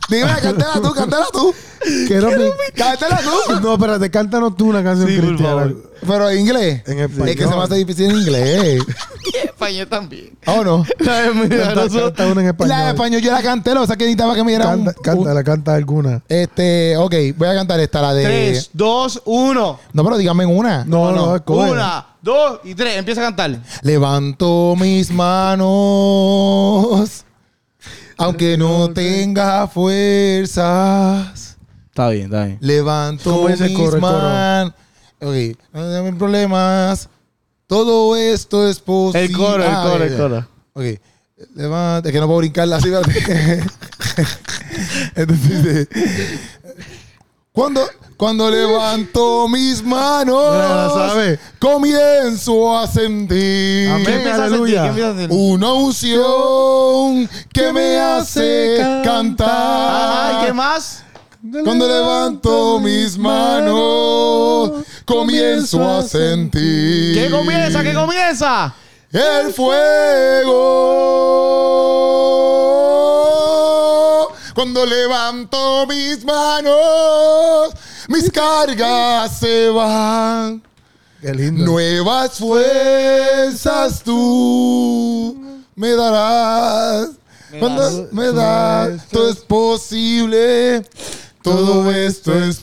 Dime, cántala tú, cántala tú.
que no me-
Cántala tú.
No, espérate, cántanos tú una canción
Sí, por
cristiana.
favor.
Pero en inglés.
En español.
Es que se me hace difícil en inglés.
Español también.
¿O no?
La de
Canta,
mira, nosotros-
canta una en español.
La de español yo la canté, o sea que necesitaba que me diera un-
Canta, cántala, canta alguna.
Este, ok, voy a cantar esta, la de.
Tres, dos, uno.
No, pero dígame en una.
No, no,
No,
no, coge.
Una, dos y tres. Empieza a cantar.
Levanto mis manos, aunque no tenga fuerzas.
Está bien, está bien.
Levanto
¿Cómo dice el
mis
coro, el coro?
manos. Ok, no tengo problemas. Todo esto es posible.
El coro, el coro, el coro.
Ok. Levanta, que no puedo brincarla así, espérate. Entonces dice, Cuando, cuando levanto mis
Mira, la
manos,
sabe.
comienzo a sentir
Amén.
¿Qué empieza a sentir?
aleluya.
¿Qué empieza a sentir?
una unción que me hace
Ay, ¿qué
cantar.
más?
Cuando levanto mis manos, comienzo a sentir.
¿Qué comienza? ¿Qué comienza?
El fuego. Cuando levanto mis manos, mis cargas se van.
Qué lindo.
Nuevas fuerzas tú me darás. Cuando me das, todo es posible. Todo esto es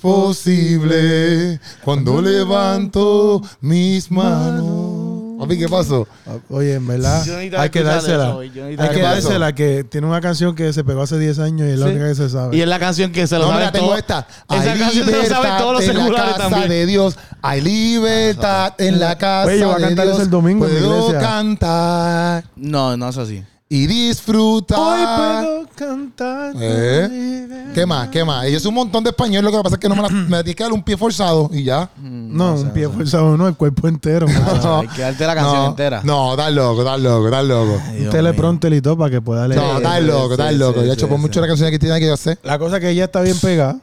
posible cuando levanto mis manos. Papi, ¿qué pasó?
Oye, en verdad,
Yo necesitaba
hay que
escuchar eso,
dársela.
güey. Yo necesitaba
Hay que
escuchar eso.
dársela que tiene una canción que se pegó hace 10 años y es la única que se sabe.
Y es la canción que se lo
No,
sabe
mira, tengo
todo.
esta.
Esa
Hay
canción se lo
libertad
sabe todos los
en la
celulares
casa
también.
de Dios. Hay libertad en la casa
Oye, yo voy a
de
cantar
Dios.
eso el domingo en mi
puedo
iglesia.
cantar
No, no es así.
y disfrutar.
cantar.
Ah. ¿Eh? ¿Qué más? ¿Qué más? Yo soy un montón de español, lo que pasa es que no me la, me la tienes que dar un pie forzado y ya.
No, un pie forzado, no, el cuerpo entero. man.
No,
Hay que darte la canción
no,
entera.
No, da loco, da loco, da loco.
Un teleprompter y todo para que pueda leer.
No,
sí,
da
sí,
loco, da
sí,
loco.
sí,
Yo
sí,
chopo
sí.
mucho la canción que tiene que yo sé.
La cosa que ella está bien pegada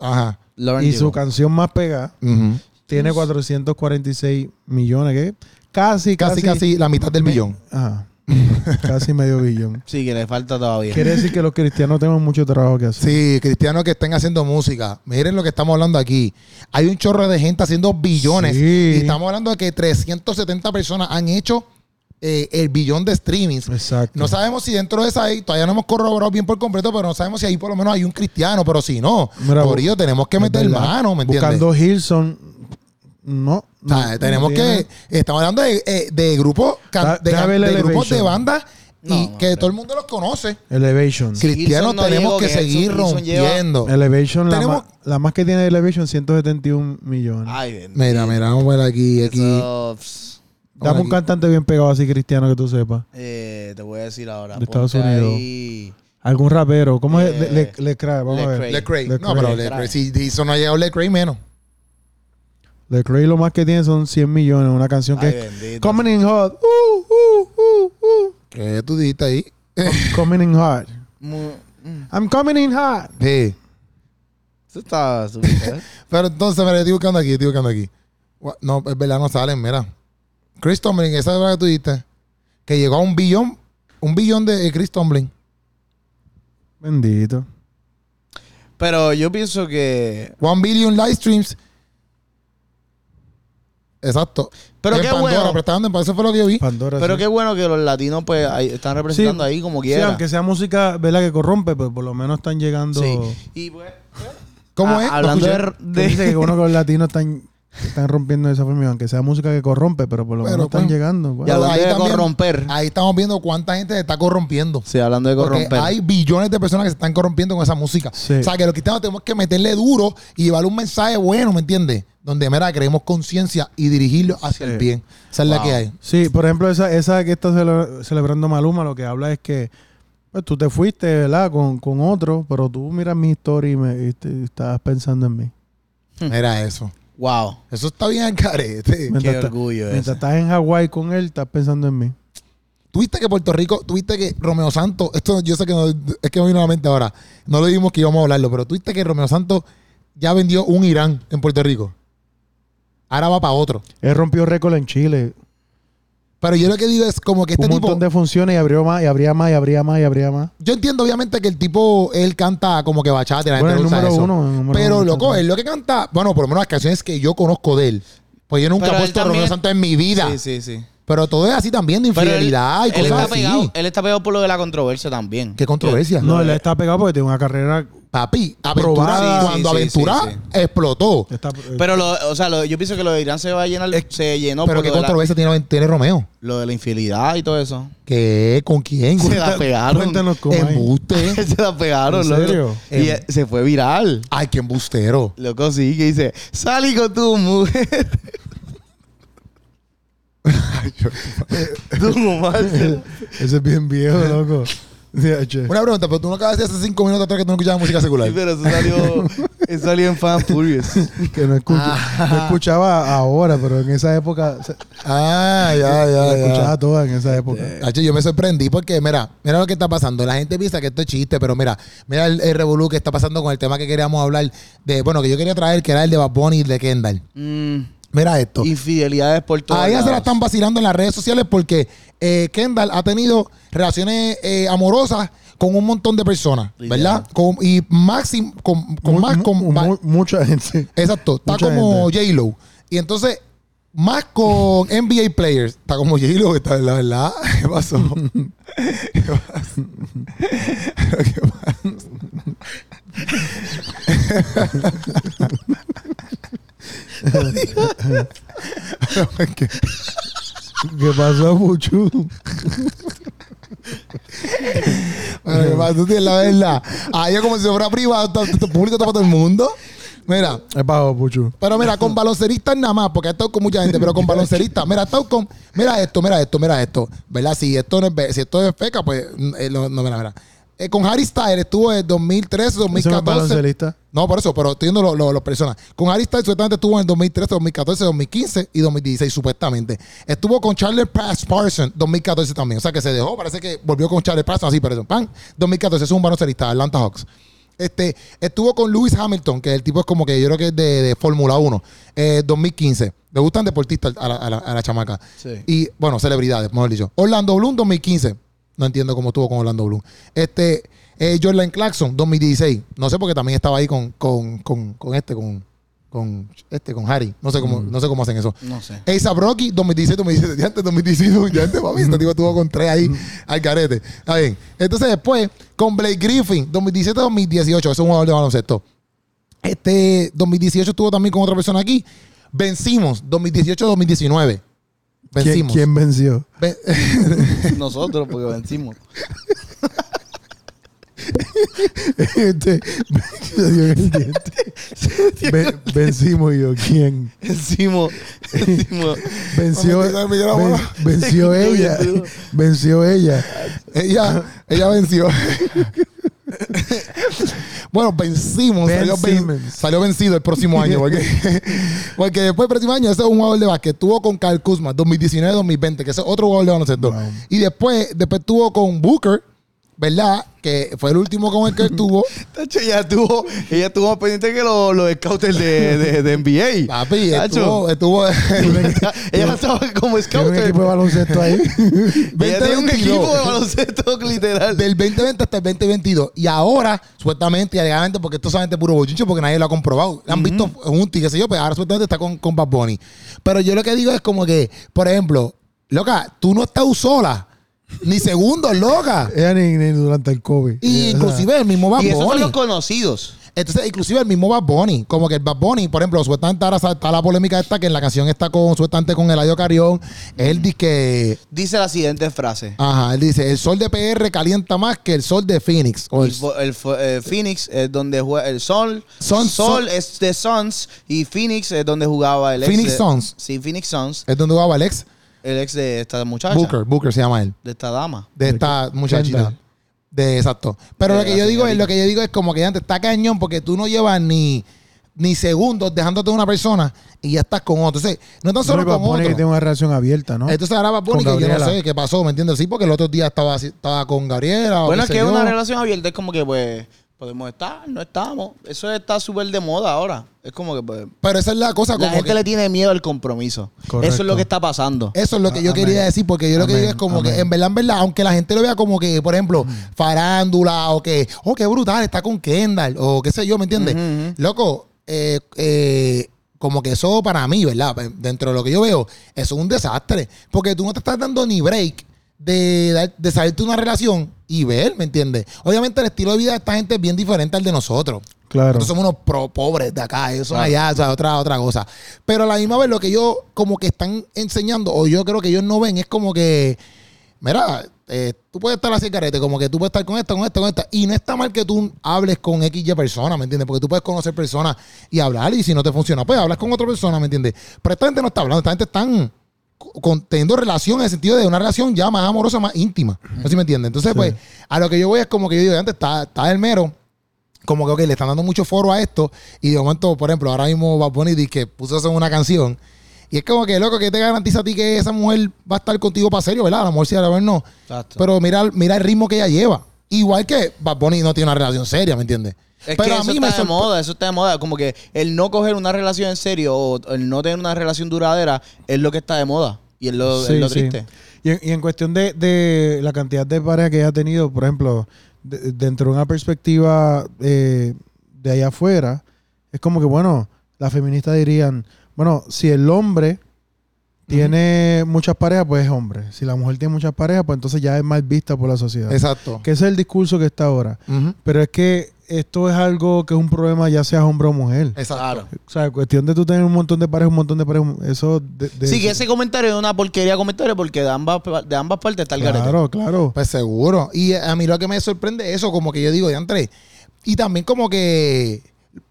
Ajá.
Lauren
y
Hill.
su canción más pegada
Ujú.
tiene 446 millones, ¿qué? Casi,
Casi,
casi,
casi la mitad del millón.
Ajá. casi medio billón.
Sí, que le falta todavía.
Quiere decir que los cristianos tenemos mucho trabajo que hacer.
Sí, cristianos que estén haciendo música. Miren lo que estamos hablando aquí. Hay un chorro de gente haciendo billones. Y
Sí.
estamos hablando de que 370 personas han hecho eh, el billón de streamings.
Exacto.
No sabemos si dentro de esa ahí, todavía no hemos corroborado bien por completo, pero no sabemos si ahí por lo menos hay un cristiano, pero si no,
Mira,
por
bu-
ello tenemos que
Es
meter
verdad.
mano, ¿me entiendes?
Buscando Hilson, no.
O sea,
no,
tenemos
no
que,
tiene.
estamos hablando de, eh, de grupos, can-
Da-
de,
dame
can-
el
de grupos
elevation.
de bandas y
No, no
que
creo.
todo el mundo los conoce.
Elevation.
Cristianos
Gilson no
tenemos
llegó,
que
que Gilson-
seguir
Gilson lleva-
rompiendo.
Elevation, la,
Oh. Tenemos-
más, la más que tiene Elevation, 171 millones.
Ay, bendito.
Mira, mira, vamos a ver aquí, aquí.
Eso, pss,
Dame un
aquí.
cantante bien pegado así cristiano que tú sepas.
eh, te voy a decir ahora.
De Estados
ponte
Unidos.
ahí.
Algún rapero. ¿Cómo es?
Eh,
Le, le, Lecrae, vamos a
Lecrae.
ver.
Lecrae.
Lecrae.
No, pero
Lecrae.
Lecrae. Si Dixon no ha llegado Lecrae, menos.
Lecrae lo más que tiene son 100 millones. Una canción
Ay,
que es
bendito.
Coming in Hot. Uh, uh, uh, uh.
¿Qué tú dijiste ahí?
Coming in Hot.
Mu- mm,
I'm coming in hot.
Sí.
Eso está súper. ¿eh?
Pero entonces, mira, estoy buscando aquí, estoy buscando aquí. Gua- No, es verdad, no salen, mira. Chris Tomlin, esa es la que tú dijiste. Que llegó a un billón, un billón de eh, Chris Tomlin.
Bendito.
Pero yo pienso que.
One billion live streams. Exacto.
Pero
En
qué
Pandora,
bueno. Ah,
pero estaban en- eso fue lo que yo vi.
Pandora.
Pero
sí.
qué bueno que los latinos pues ahí están representando
Sí.
ahí como
Sí,
quieran.
aunque sea música, ¿verdad? Que corrompe, pero por lo menos están llegando.
Sí. Y pues,
¿Cómo
a-
es? ¿Lo
Hablando
escuché?
de,
Que
de-
dice que uno con los latinos están, están rompiendo de esa forma, aunque sea música que corrompe, pero por lo
Pero,
menos están
pues,
llegando.
y
bueno.
hablando
ahí
de
también-
corromper.
Ahí estamos viendo cuánta gente se está corrompiendo.
Sí, hablando de
Porque
corromper.
hay billones de personas que se están corrompiendo con esa música.
Sí.
O sea, que los cristianos tenemos que meterle duro y llevarle un mensaje bueno, ¿me entiendes? Donde, mira, creemos conciencia y dirigirlo hacia
Sí.
el bien. Esa es la
Wow.
que hay.
Sí, por ejemplo, esa, esa que está cele- celebrando Maluma, lo que habla es que pues, tú te fuiste, ¿verdad? Con, con otro, pero tú miras mi historia y, me, y te- y estabas pensando en mí.
Mira eso.
wow.
Eso está bien al carete.
Mientras,
Qué
ta-
orgullo
mientras
ese.
estás en Hawái con él, estás pensando en mí.
Tuviste que Puerto Rico, tuviste que Romeo Santos, esto yo sé que no, es que me vino a la mente ahora, no lo dijimos que íbamos a hablarlo, pero tuviste que Romeo Santos ya vendió un Irán en Puerto Rico. Ahora va para otro.
Él rompió récord en Chile.
Pero yo lo que digo es como que este
un
tipo.
montón de funciones y abrió más, y abría más, y abría más, y abría más.
Yo entiendo, obviamente, que el tipo, él canta como que bachata, y la
Bueno, el
gente usa
número
eso.
uno. el número
Pero
uno,
loco,
bachata.
él lo que canta, bueno, por lo menos las canciones que yo conozco de él. Pues yo nunca he
Pero él
puesto a
también-
Romeo Santos en mi vida.
Sí, sí, sí.
Pero todo es así también, de
Pero él-
infidelidad y
él,
cosas
está
así.
pegado, él está pegado por lo de la controversia también.
Qué controversia.
No, él está pegado porque tiene una carrera.
Papi, Aventura,
Probada.
cuando
Sí, sí,
Aventura
sí,
explotó.
está-
Pero lo, o sea, lo- yo pienso que lo de Irán se va a llenar, se llenó
pero
por
qué
lo de, la,
controversia tiene, tiene Romeo.
lo de la infidelidad y todo eso.
¿Qué? ¿Con quién?
Se la pegaron.
Cuéntanos cómo es.
Embuste.
se la pegaron,
¿En
loco.
serio? Em.
Y eh, se fue viral.
Ay, qué embustero.
Loco, sí, que dice, salí con tu mujer. tu mamá.
eh, Ese es bien viejo, loco. DH.
Una pregunta, pero tú no acabas de decir hace cinco minutos atrás que tú no escuchabas música secular.
Pero eso salió, eso salió en Fan Furious.
Que no, escucho- no escuchaba ahora, pero en esa época. se-
Ah, ya,
la
ya, Este,
escuchaba
ya.
toda en esa época.
Hacho, yo me sorprendí porque, mira, mira lo que está pasando. La gente piensa que esto es chiste, pero mira, mira el, el revolú que está pasando con el tema que queríamos hablar de, bueno, que yo quería traer, que era el de Bad Bunny y el de Kendall.
Mm,
Mira esto.
infidelidades por todo.
Ah,
Ahí ya se la están vacilando en las redes sociales porque eh, Kendall ha tenido relaciones eh, amorosas con un montón de personas, ¿verdad? Con, y Maxim, con, con
Mu-
más,
mu-
con, va-
mu- mucha gente.
exacto, está
mucha
como J-Lo. Y entonces, más con NBA players, está como J-Lo, está, la verdad, ¿qué pasó? ¿Qué pasó? ¿Qué pasó?
¿Qué pasó, Puchu?
Bueno, ¿qué pasa? Tú tienes la verdad. Ah, yo como si fuera privado, t- t- público está para todo el mundo. Mira,
Es bajo, Puchu.
pero mira, con balonceristas nada más, porque he estado con mucha gente, pero con balonceristas, mira, he estado con, mira esto, mira esto, mira esto, ¿verdad? Si esto no es, ve- si esto es feca, pues, mm, eh, no, no, mira, mira. Eh, con Harry Styles estuvo en 2013,
Ese no es
2014.
baloncelista.
No, por eso, pero estoy viendo lo- lo- los personas. Con Harry Styles supuestamente estuvo en el 2013, 2014, 2015 y 2016, supuestamente. Estuvo con Charles Pass Parson 2014 también. O sea que se dejó, parece que volvió con Charles Parson, así, pero pan. 2014, es un baloncelista, Atlanta Hawks. Este, estuvo con Lewis Hamilton, que el tipo es como que yo creo que es de, de Fórmula 1, eh, 2015. Le gustan deportistas a la, a la- a la chamaca.
Sí.
Y, bueno, celebridades, mejor dicho. Orlando Bloom, 2015. No entiendo cómo estuvo con Orlando Bloom. Este, eh, Jordan Clarkson, 2016. No sé porque también estaba ahí con, con, con, con este, con, con este, con Harry. No sé cómo, no sé cómo hacen eso.
No sé.
Asa Rocky, 2016, 2017, ya antes, 2016, ya antes, papi, este tipo estuvo con tres ahí al carete. Está bien. Entonces, después, con Blake Griffin, 2017, 2018, es un jugador de baloncesto. Este, 2018 estuvo también con otra persona aquí. Vencimos, 2018, 2019.
¿Quién,
Vencimos.
quién venció?
Ven-
Nosotros, porque vencimos.
Este, se dio en el diente. Ven- vencimos y yo. ¿Quién?
Vencimos. Vencimos.
Venció,
Vamos a meter la bola.
ven- venció ella. venció ella.
ella, ella venció. bueno, vencimos.
Ben
salió, ven-
Simmons.
salió vencido el próximo año. Porque, porque después el próximo año, ese es un jugador de básquet. Tuvo con Kyle Kuzma 2019-2020, que ese es otro jugador de baloncesto.
Wow.
Y después, después tuvo con Booker ¿verdad? Que fue el último con el que él tuvo.
Tacho, ella estuvo, ella estuvo pendiente que los los scouters de, de, de NBA.
Papi, estuvo,
Tacho.
estuvo
ella estaba como
Tiene un
scouter.
equipo de baloncesto ahí.
Ella tenía un
20-22.
equipo de baloncesto literal.
del 2020 hasta el 2022. Y ahora, supuestamente y alegadamente, porque esto solamente es puro bochincho, porque nadie lo ha comprobado. Han visto juntos y qué sé yo, pero ahora supuestamente está con, con Bad Bunny. Pero yo lo que digo es como que, por ejemplo, loca, tú no estás sola, ni segundos, loca.
Ella ni, ni durante el COVID.
Y inclusive el mismo Bad
Y esos son
Bunny.
los conocidos.
Entonces, inclusive el mismo Bad Bunny, como que el Bad Bunny, por ejemplo, supuestamente ahora sa- está la polémica esta que en la canción está con, supuestamente con Eladio Carrión, él dice que,
Dice la siguiente frase.
ajá, él dice, el sol de PR calienta más que el sol de Phoenix. O el-
El, fo- el fo- eh, Phoenix es donde juega el Sol.
Suns,
Sol
Sun-
es de Suns. Y Phoenix es donde jugaba el ex.
Phoenix
de-
Suns.
Sí, Phoenix Suns.
es donde va Alex
El ex de esta muchacha.
Booker, Booker se llama él,
De esta dama.
de esta muchachita.
Kendall.
De exacto. Pero
De
lo que
la
yo digo es,
señorita.
lo que yo digo es como que antes está cañón porque tú no llevas ni, ni segundos dejándote una persona y ya estás con otro. Entonces, no tan solo
Solo
con
pone que
otro.
tiene una relación abierta, ¿no?
Entonces ahora Bad Bunny,
Con
que yo no
Gabriela.
sé qué pasó, ¿me entiendes? Sí, porque el otro día estaba, así- estaba con Gabriela. o
bueno,
Ah, qué
es
sé
que es
yo.
una relación abierta. Es como que, pues, podemos estar, no estamos. Eso está súper de moda ahora. Es como que, pues.
Pero esa es la cosa,
La
Ah, como
gente
que-
le tiene miedo al compromiso. Eso
Correcto.
es lo que está pasando.
Eso es lo que yo
Amén.
quería decir, porque yo lo que
Amén,
digo es como que,
amén. Mm.
en verdad, en verdad, aunque la gente lo vea como que, por ejemplo, farándula o que, oh, qué brutal, está con Kendall o qué sé yo, ¿me entiendes? Loco, eh, eh, como que eso para mí, ¿verdad? Pues, Dentro de lo que yo veo, eso es un desastre, porque tú no te estás dando ni break de, dar- de salirte de una relación y ver, ¿me entiendes? Obviamente el estilo de vida de esta gente es bien diferente al de nosotros.
claro.
Nosotros somos unos pro pobres de acá, ellos son allá, o sea, otra, otra cosa. Pero a la misma vez lo que ellos como que están enseñando, o yo creo que ellos no ven, es como que, mira, eh, tú puedes estar así, carete, como que tú puedes estar con esta, con esta, con esta. Y no está mal que tú hables con X, Y personas, ¿me entiendes? Porque tú puedes conocer personas y hablar, y si no te funciona, pues hablas con otra persona, ¿me entiendes? Pero esta gente no está hablando, esta gente están co- con- teniendo relación en el sentido de una relación ya más amorosa, más íntima. ¿No sé si me entiendes? Entonces, pues, a lo que yo voy es como que yo digo, antes está, está el mero como que, ok, le están dando mucho foro a esto. Y de momento, por ejemplo, ahora mismo Bad Bunny dice que puso eso en una canción. Y es como que, loco, que te garantiza a ti que esa mujer va a estar contigo para serio, ¿verdad? A lo mejor sí, a lo mejor no.
Exacto.
Pero mira, mira el ritmo que ella lleva. Igual que Bad Bunny no tiene una relación seria, ¿me entiendes?
Es
Pero
que
a
eso
mí
está
me
de
sorpre-
moda, eso está de moda. Como que el no coger una relación en serio o el no tener una relación duradera es lo que está de moda. Y es lo, es
Sí,
lo
sí.
triste.
Y en, y en cuestión de, de la cantidad de parejas que ella ha tenido, por ejemplo, de- dentro de una perspectiva eh, de allá afuera, es como que, bueno, las feministas dirían, bueno, si el hombre tiene muchas parejas, pues es hombre. Si la mujer tiene muchas parejas, pues entonces ya es mal vista por la sociedad.
Exacto.
Que ese es el discurso que está ahora.
Ujú.
Pero es que esto es algo que es un problema ya seas hombre o mujer.
Exacto.
O sea, cuestión de tú tener un montón de parejas, un montón de parejas, eso... De, de-
Sí, que ese comentario es una porquería de comentario porque de ambas, de ambas partes está el garete.
Claro, claro.
Pues seguro. Y a mí lo que me sorprende es eso, como que yo digo, Andrés. Y también como que.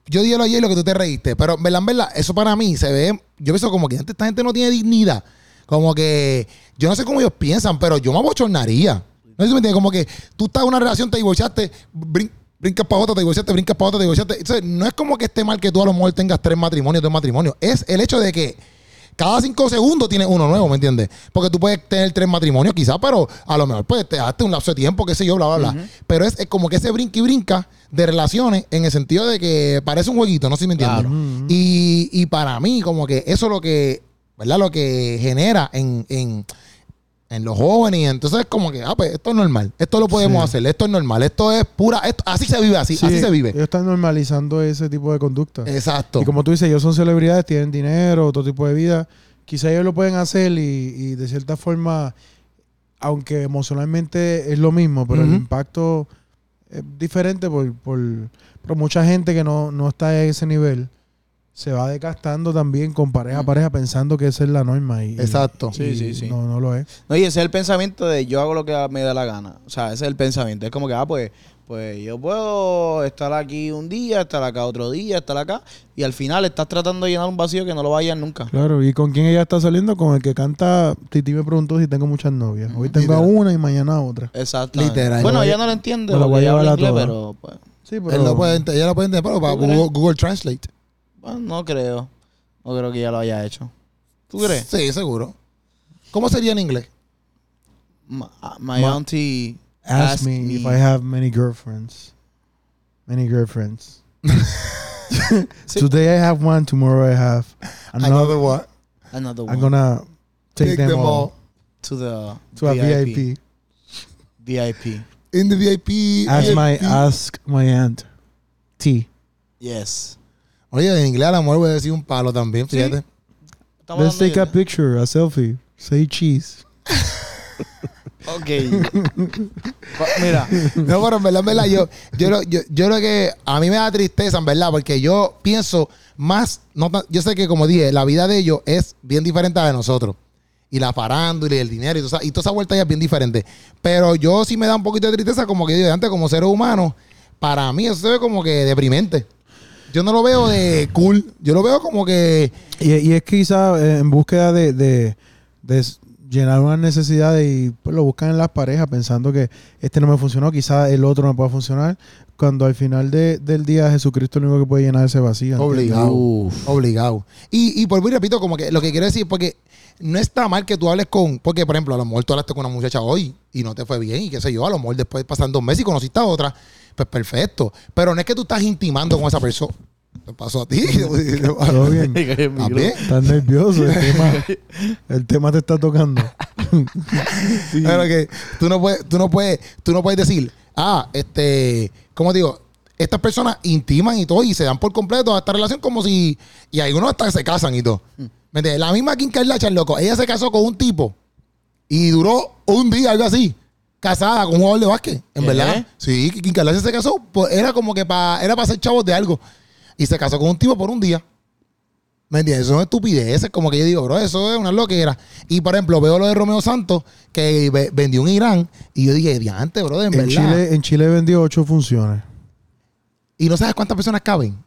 Yo dije lo ayer lo que tú te reíste. Pero en verdad, en verdad, eso para mí se ve. Yo pienso como que antes esta gente no tiene dignidad. Como que. Yo no sé cómo ellos piensan, pero yo me abochornaría. No sé si me entiendes. Como que tú estás en una relación, te divorciaste, brin- brincas para otra, te divorciaste, brincas para otra, te divorciaste. Entonces, no es como que esté mal que tú a lo mejor tengas tres matrimonios, dos matrimonios. Es el hecho de que cada cinco segundos tienes uno nuevo, ¿me entiendes? Porque tú puedes tener tres matrimonios quizás, pero a lo mejor pues te daste un lapso de tiempo, qué sé yo, bla, bla, bla. Pero es, es como que ese brinca y brinca de relaciones en el sentido de que parece un jueguito, no sé si me entiendes.
Claro.
y, y para mí, como que eso es lo que, ¿verdad? Lo que genera en, en, en los jóvenes. Y entonces es como que, ah, pues esto es normal, esto lo podemos
Sí.
hacer, esto es normal, esto es pura, esto, así se vive, así,
Sí,
así se vive.
Ellos están normalizando ese tipo de conducta.
Exacto.
Y como tú dices, ellos son celebridades, tienen dinero, otro tipo de vida. Quizá ellos lo pueden hacer y, y de cierta forma, aunque emocionalmente es lo mismo, pero el
Ujú.
impacto es diferente por, por, por mucha gente que no, no está a ese nivel. Se va desgastando también con pareja a pareja pensando que esa es la norma. Y,
Exacto.
y
Sí, sí, sí.
No, no lo es.
No, y ese es el pensamiento de yo hago lo que me da la gana. O sea, ese es el pensamiento. Es como que, ah, pues, pues yo puedo estar aquí un día, estar acá otro día, estar acá. Y al final estás tratando de llenar un vacío que no lo vayas nunca.
Claro, ¿y con quién ella está saliendo? Con el que canta. Titi me preguntó si tengo muchas novias. Hoy tengo a una y mañana a otra.
Exacto.
Literal.
Bueno,
Me
ella no lo entiende,
me lo
lo
voy a
voy a
llevar a
inglés,
todas.
pero pues,
Sí, pero.
Él lo puede, ella lo puede entender, pero para
¿Tú crees?
Google- Google Translate.
bueno, no creo. No creo que ella lo haya hecho. ¿Tú crees?
Sí, seguro. ¿Cómo sería en inglés?
Ma- My ah, auntie
Ask,
Ask
me,
me.
if I have many girlfriends. Many girlfriends. Today I have one, tomorrow I have another.
Another what?
Another one.
I'm gonna take, them, all,
to the
to a VIP.
VIP.
In the VIP.
Ask
VIP.
my ask my aunt. T.
Yes.
Oye, en inglés a la mujer voy a decir un palo también, fíjate.
Estamos
Let's
dando
take a
idea.
picture, a selfie. Say cheese.
Ok. Va- Mira.
No, pero en verdad, en verdad, yo, yo, lo- yo, yo lo que a mí me da tristeza, en verdad, porque yo pienso más, no, tan- yo sé que como dije, la vida de ellos es bien diferente a la de nosotros. Y la farándula y el dinero y toda, esa- y toda esa vuelta ya es bien diferente. Pero yo sí me da un poquito de tristeza, como que yo dije antes, como seres humanos, para mí eso se ve como que deprimente. Yo no lo veo de cool, yo lo veo como que...
Y, y es quizá eh, en búsqueda de, de- de s- llenar una necesidad y pues, lo buscan en las parejas pensando que este no me funcionó, quizá el otro no pueda funcionar, cuando al final de- del día Jesucristo es lo único que puede llenar ese vacío. ¿entiendes? Uh,
Obligado. Obligado. Y, y por y repito, como que lo que quiero decir, porque no está mal que tú hables con. Porque, por ejemplo, a lo mejor tú hablaste con una muchacha hoy y no te fue bien, y qué sé yo, a lo mejor después pasan dos meses y conociste a otra, pues perfecto. Pero no es que tú estás intimando con esa persona. Te pasó a ti.
Todo bien.
¿Estás bien?
Estás nervioso, el tema, el tema te está tocando.
Pero que tú no puedes, tú no puedes, tú no puedes decir, ah, este, ¿cómo te digo? Estas personas intiman y todo y se dan por completo a esta relación como si. Y algunos hasta se casan y todo. ¿Me entiendes? La misma Kim Kardashian, loco. Ella se casó con un tipo y duró un día, algo así. Casada con un jugador de básquet, en
¿Qué?
verdad. Sí, Kim Kardashian se casó. pues, era como que para era para ser chavos de algo. Y se casó con un tipo por un día. ¿Me entiendes? Eso son estupideces. Como que yo digo, bro, eso es una loquera. Y por ejemplo, veo lo de Romeo Santos, que ve- vendió un Irán. Y yo dije, diante, bro, en,
En
verdad.
Chile, en Chile vendió ocho funciones.
Y no sabes cuántas personas caben.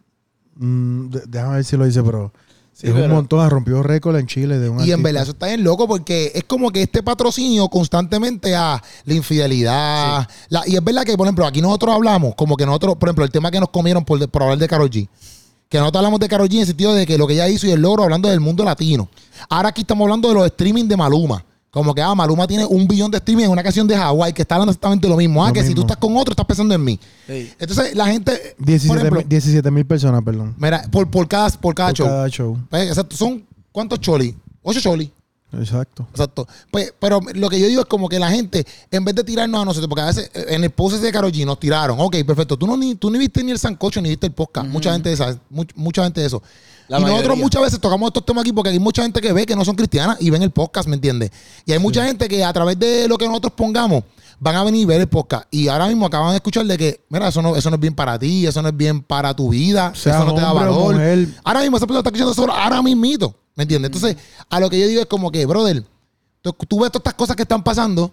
Mm, de- déjame ver si lo dice, pero
Sí,
es un
pero-
montón. Rompió récord en Chile de un
Y en
artista.
verdad, eso está bien loco porque es como que este patrocinio constantemente a la infidelidad. la- y es verdad que, por ejemplo, aquí nosotros hablamos, como que nosotros, por ejemplo, el tema que nos comieron por, por hablar de Karol G. Que nosotros hablamos de Karol G en el sentido de que lo que ella hizo y el logro hablando del mundo latino. Ahora aquí estamos hablando de los streaming de Maluma. Como que, ah, Maluma tiene un billón de streaming en una canción de Hawái que está hablando exactamente lo mismo. Ah,
Lo
que si tú
mismo.
estás con otro, estás pensando en mí.
Ey.
Entonces, la gente, por
17
ejemplo,
mil- 17 mil personas, perdón.
mira, por, por cada, por cada
por
show.
cada show.
Pues, exacto, son, ¿cuántos cholis? Ocho cholis.
Exacto.
Exacto. Pues, pero lo que yo digo es como que la gente, en vez de tirarnos a nosotros, porque a veces eh, en el post ese de Karol G nos tiraron, ok, perfecto, tú no ni, tú ni viste ni el sancocho, ni viste el podcast. Mucha gente de esa, much- mucha gente de eso.
La
y nosotros
mayoría.
muchas veces tocamos estos temas aquí porque hay mucha gente que ve que no son cristianas y ven el podcast, ¿me entiendes? Y hay mucha gente que a través de lo que nosotros pongamos van a venir y ver el podcast. Y ahora mismo acaban de escuchar de que, mira, eso no, eso no es bien para ti, eso no es bien para tu vida,
Seas
eso no te da
hombre o
valor.
mujer.
Ahora mismo esa persona está escuchando solo ahora mismito, ¿me entiendes? Entonces, a lo que yo digo es como que, brother, tú, tú ves todas estas cosas que están pasando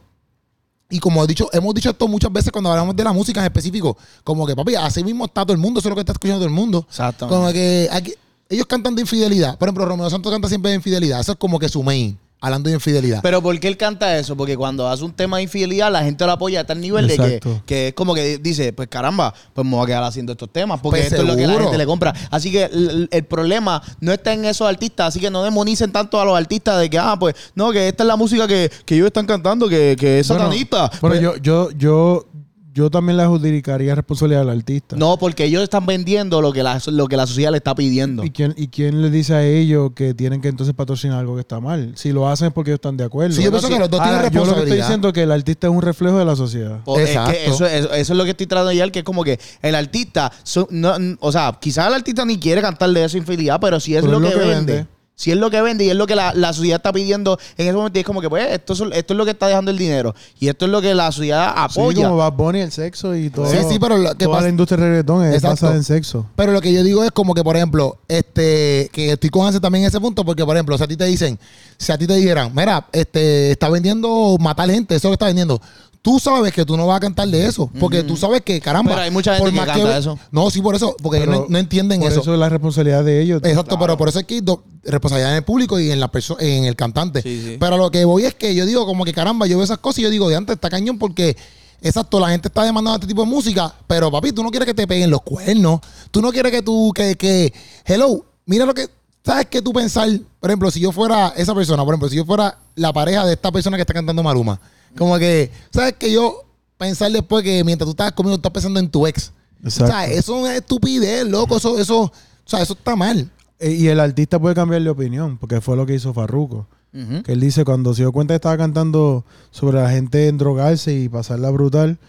y como he dicho, hemos dicho esto muchas veces cuando hablamos de la música en específico, como que, papi, así mismo está todo el mundo, eso es lo que está escuchando todo el mundo.
Exacto.
Como que aquí- ellos cantan de infidelidad. Por ejemplo, Romeo Santos canta siempre de infidelidad. Eso es como que su main, hablando de infidelidad.
Pero ¿por qué él canta eso? Porque cuando hace un tema de infidelidad, la gente lo apoya a tal nivel de que,
Exacto.
que es como que dice, pues caramba, pues me voy a quedar haciendo estos temas, porque
Pues,
esto es lo que la
seguro.
gente le compra. Así que el, el problema no está en esos artistas, así que no demonicen tanto a los artistas de que, ah, pues, no, que esta es la música que, que ellos están cantando, que, que es
Bueno,
satanista.
Pero
Pues,
yo, yo, yo, yo también le adjudicaría responsabilidad al artista.
no, porque ellos están vendiendo lo que la, lo que la sociedad le está pidiendo.
¿Y quién, ¿Y quién le dice a ellos que tienen que entonces patrocinar algo que está mal? Si lo hacen es porque ellos están de acuerdo.
Sí, yo pienso que los dos tienen
Ahora, Yo lo que estoy
responsabilidad. Pues,
diciendo es que el artista es un reflejo de la sociedad.
O- es que
Exacto.
eso, eso- eso es lo que estoy tratando de llegar, que es como que el artista, so- no- n- o sea, quizás el artista ni quiere cantar de esa infidelidad, pero si es
Pero
lo, que, vende. Si es lo que vende y es lo que la, la sociedad está pidiendo en ese momento, y es como que, pues, esto es, esto es lo que está dejando el dinero y esto es lo que la sociedad
Sí,
apoya.
como Bad Bunny, el sexo y todo.
Sí, sí, pero lo que
toda
pasa-
la industria del reggaetón es
Exacto.
basada en sexo.
Pero lo que yo digo es como que, por ejemplo, este, que estoy con Hansel también en ese punto, porque, por ejemplo, si a ti te dicen, si a ti te dijeran, mira, este, está vendiendo matar gente, eso que está vendiendo. Tú sabes que tú no vas a cantar de eso, porque tú sabes que, caramba.
Mm. Pero hay mucha gente
por
que
más
canta eso.
No, sí, por eso, porque ellos
Pero
no, no entienden
Por
eso.
eso. es la responsabilidad de ellos.
Exacto, pero por eso es que hay do- responsabilidad en el público y en la perso- en el cantante.
Sí, sí.
Pero lo que voy es que yo digo como que caramba, yo veo esas cosas y yo digo, de antes está cañón porque exacto, la gente está demandando este tipo de música, pero papi, tú no quieres que te peguen los cuernos, tú no quieres que tú que que hello, mira lo que sabes que tú pensar, por ejemplo, si yo fuera esa persona, por ejemplo, si yo fuera la pareja de esta persona que está cantando Maluma, como que sabes que yo pensar después que mientras tú estás comiendo, estás pensando en tu ex.
Exacto.
O sea, eso es estupidez, loco. Eso, eso, o sea, eso está mal.
E- Y el artista puede cambiar de opinión, porque fue lo que hizo Farruko.
Ujú.
Que él dice, cuando se dio cuenta que estaba cantando sobre la gente en drogarse y pasarla brutal,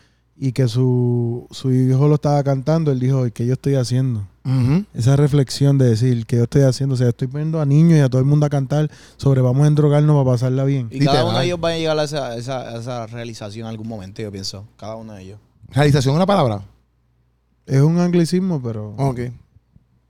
y que su, su hijo lo estaba cantando, él dijo, "¿Y ¿qué yo estoy haciendo? Esa reflexión de decir, ¿qué yo estoy haciendo? O sea, estoy poniendo a niños y a todo el mundo a cantar sobre vamos a endrogarnos para pasarla bien.
Y cada
Literal.
uno de ellos va a llegar a esa, a esa, a esa realización en algún momento, yo pienso. Cada uno de ellos.
Realización es una palabra.
Es un anglicismo, pero
Ok.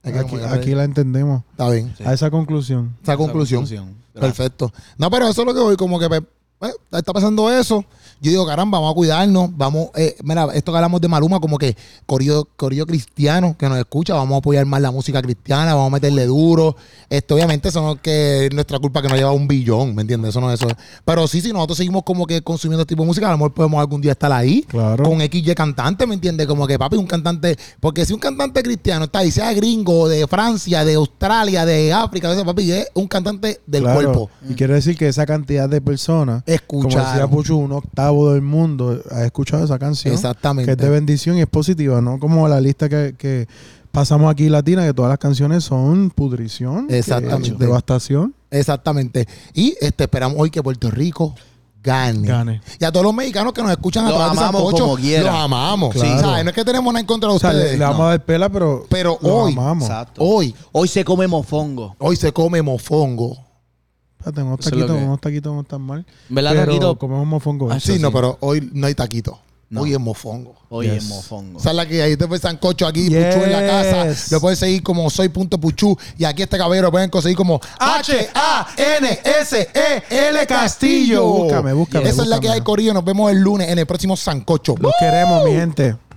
Ah,
aquí, aquí la entendemos.
Está bien.
Sí.
A esa conclusión.
Esa conclusión.
Esa conclusión.
Perfecto. No, pero eso es lo que voy, como que pues, eh, está pasando eso. Yo digo, caramba, vamos a cuidarnos, vamos, eh, mira, esto que hablamos de Maluma, como que corillo, corillo cristiano que nos escucha, vamos a apoyar más la música cristiana, vamos a meterle duro. Esto, obviamente, eso no es que es nuestra culpa que nos lleva a un billón, ¿me entiendes? Eso no es eso. Pero sí, si nosotros seguimos como que consumiendo este tipo de música, a lo mejor podemos algún día estar ahí
Claro.
con XY cantante, ¿me entiendes? Como que papi, un cantante, porque si un cantante cristiano está ahí, sea gringo, de Francia, de Australia, de África, eso, papi, es un cantante del
Claro.
cuerpo.
Y quiere decir que esa cantidad de personas, como decía
Escuchar.
Puchu, un octavo del mundo ha escuchado esa canción. Que
Exactamente.
es de bendición y es positiva, ¿no? Como la lista que, que pasamos aquí latina, que todas las canciones son pudrición, que-
Exactamente.
devastación.
Exactamente. Y este, esperamos hoy que Puerto Rico gane.
Gane.
Y a todos los mexicanos que nos escuchan a
Los
través de
amamos
Sancocho,
como quiera.
los amamos.
Claro.
Sí, ¿sabes? No es que tenemos nada en contra de
O sea, le,
ustedes.
le vamos
No.
a dar pela, pero,
Pero
los
hoy-
amamos.
Exacto.
Hoy,
Hoy se come mofongo.
hoy se come mofongo.
Espérate, unos
Eso es lo
taquitos,
que-
unos taquitos no están mal.
¿Verdad,
pero
Taquito?
comemos mofongo. ¿eh?
Ah,
Sí,
Eso
no,
sí.
pero hoy no hay taquito.
No.
Hoy es mofongo.
Hoy
Yes.
es mofongo.
O sea, la que ahí te fue Sancocho aquí,
Yes.
Puchu en la casa. Lo puedes seguir como soy.puchu. Y aquí este caballero lo pueden conseguir como H-A-N-S-E-L E Castillo.
Búscame, búscame,
Esa es la
búscame.
que hay, Corillo. Nos vemos el lunes en el próximo Sancocho.
Los queremos, mi gente.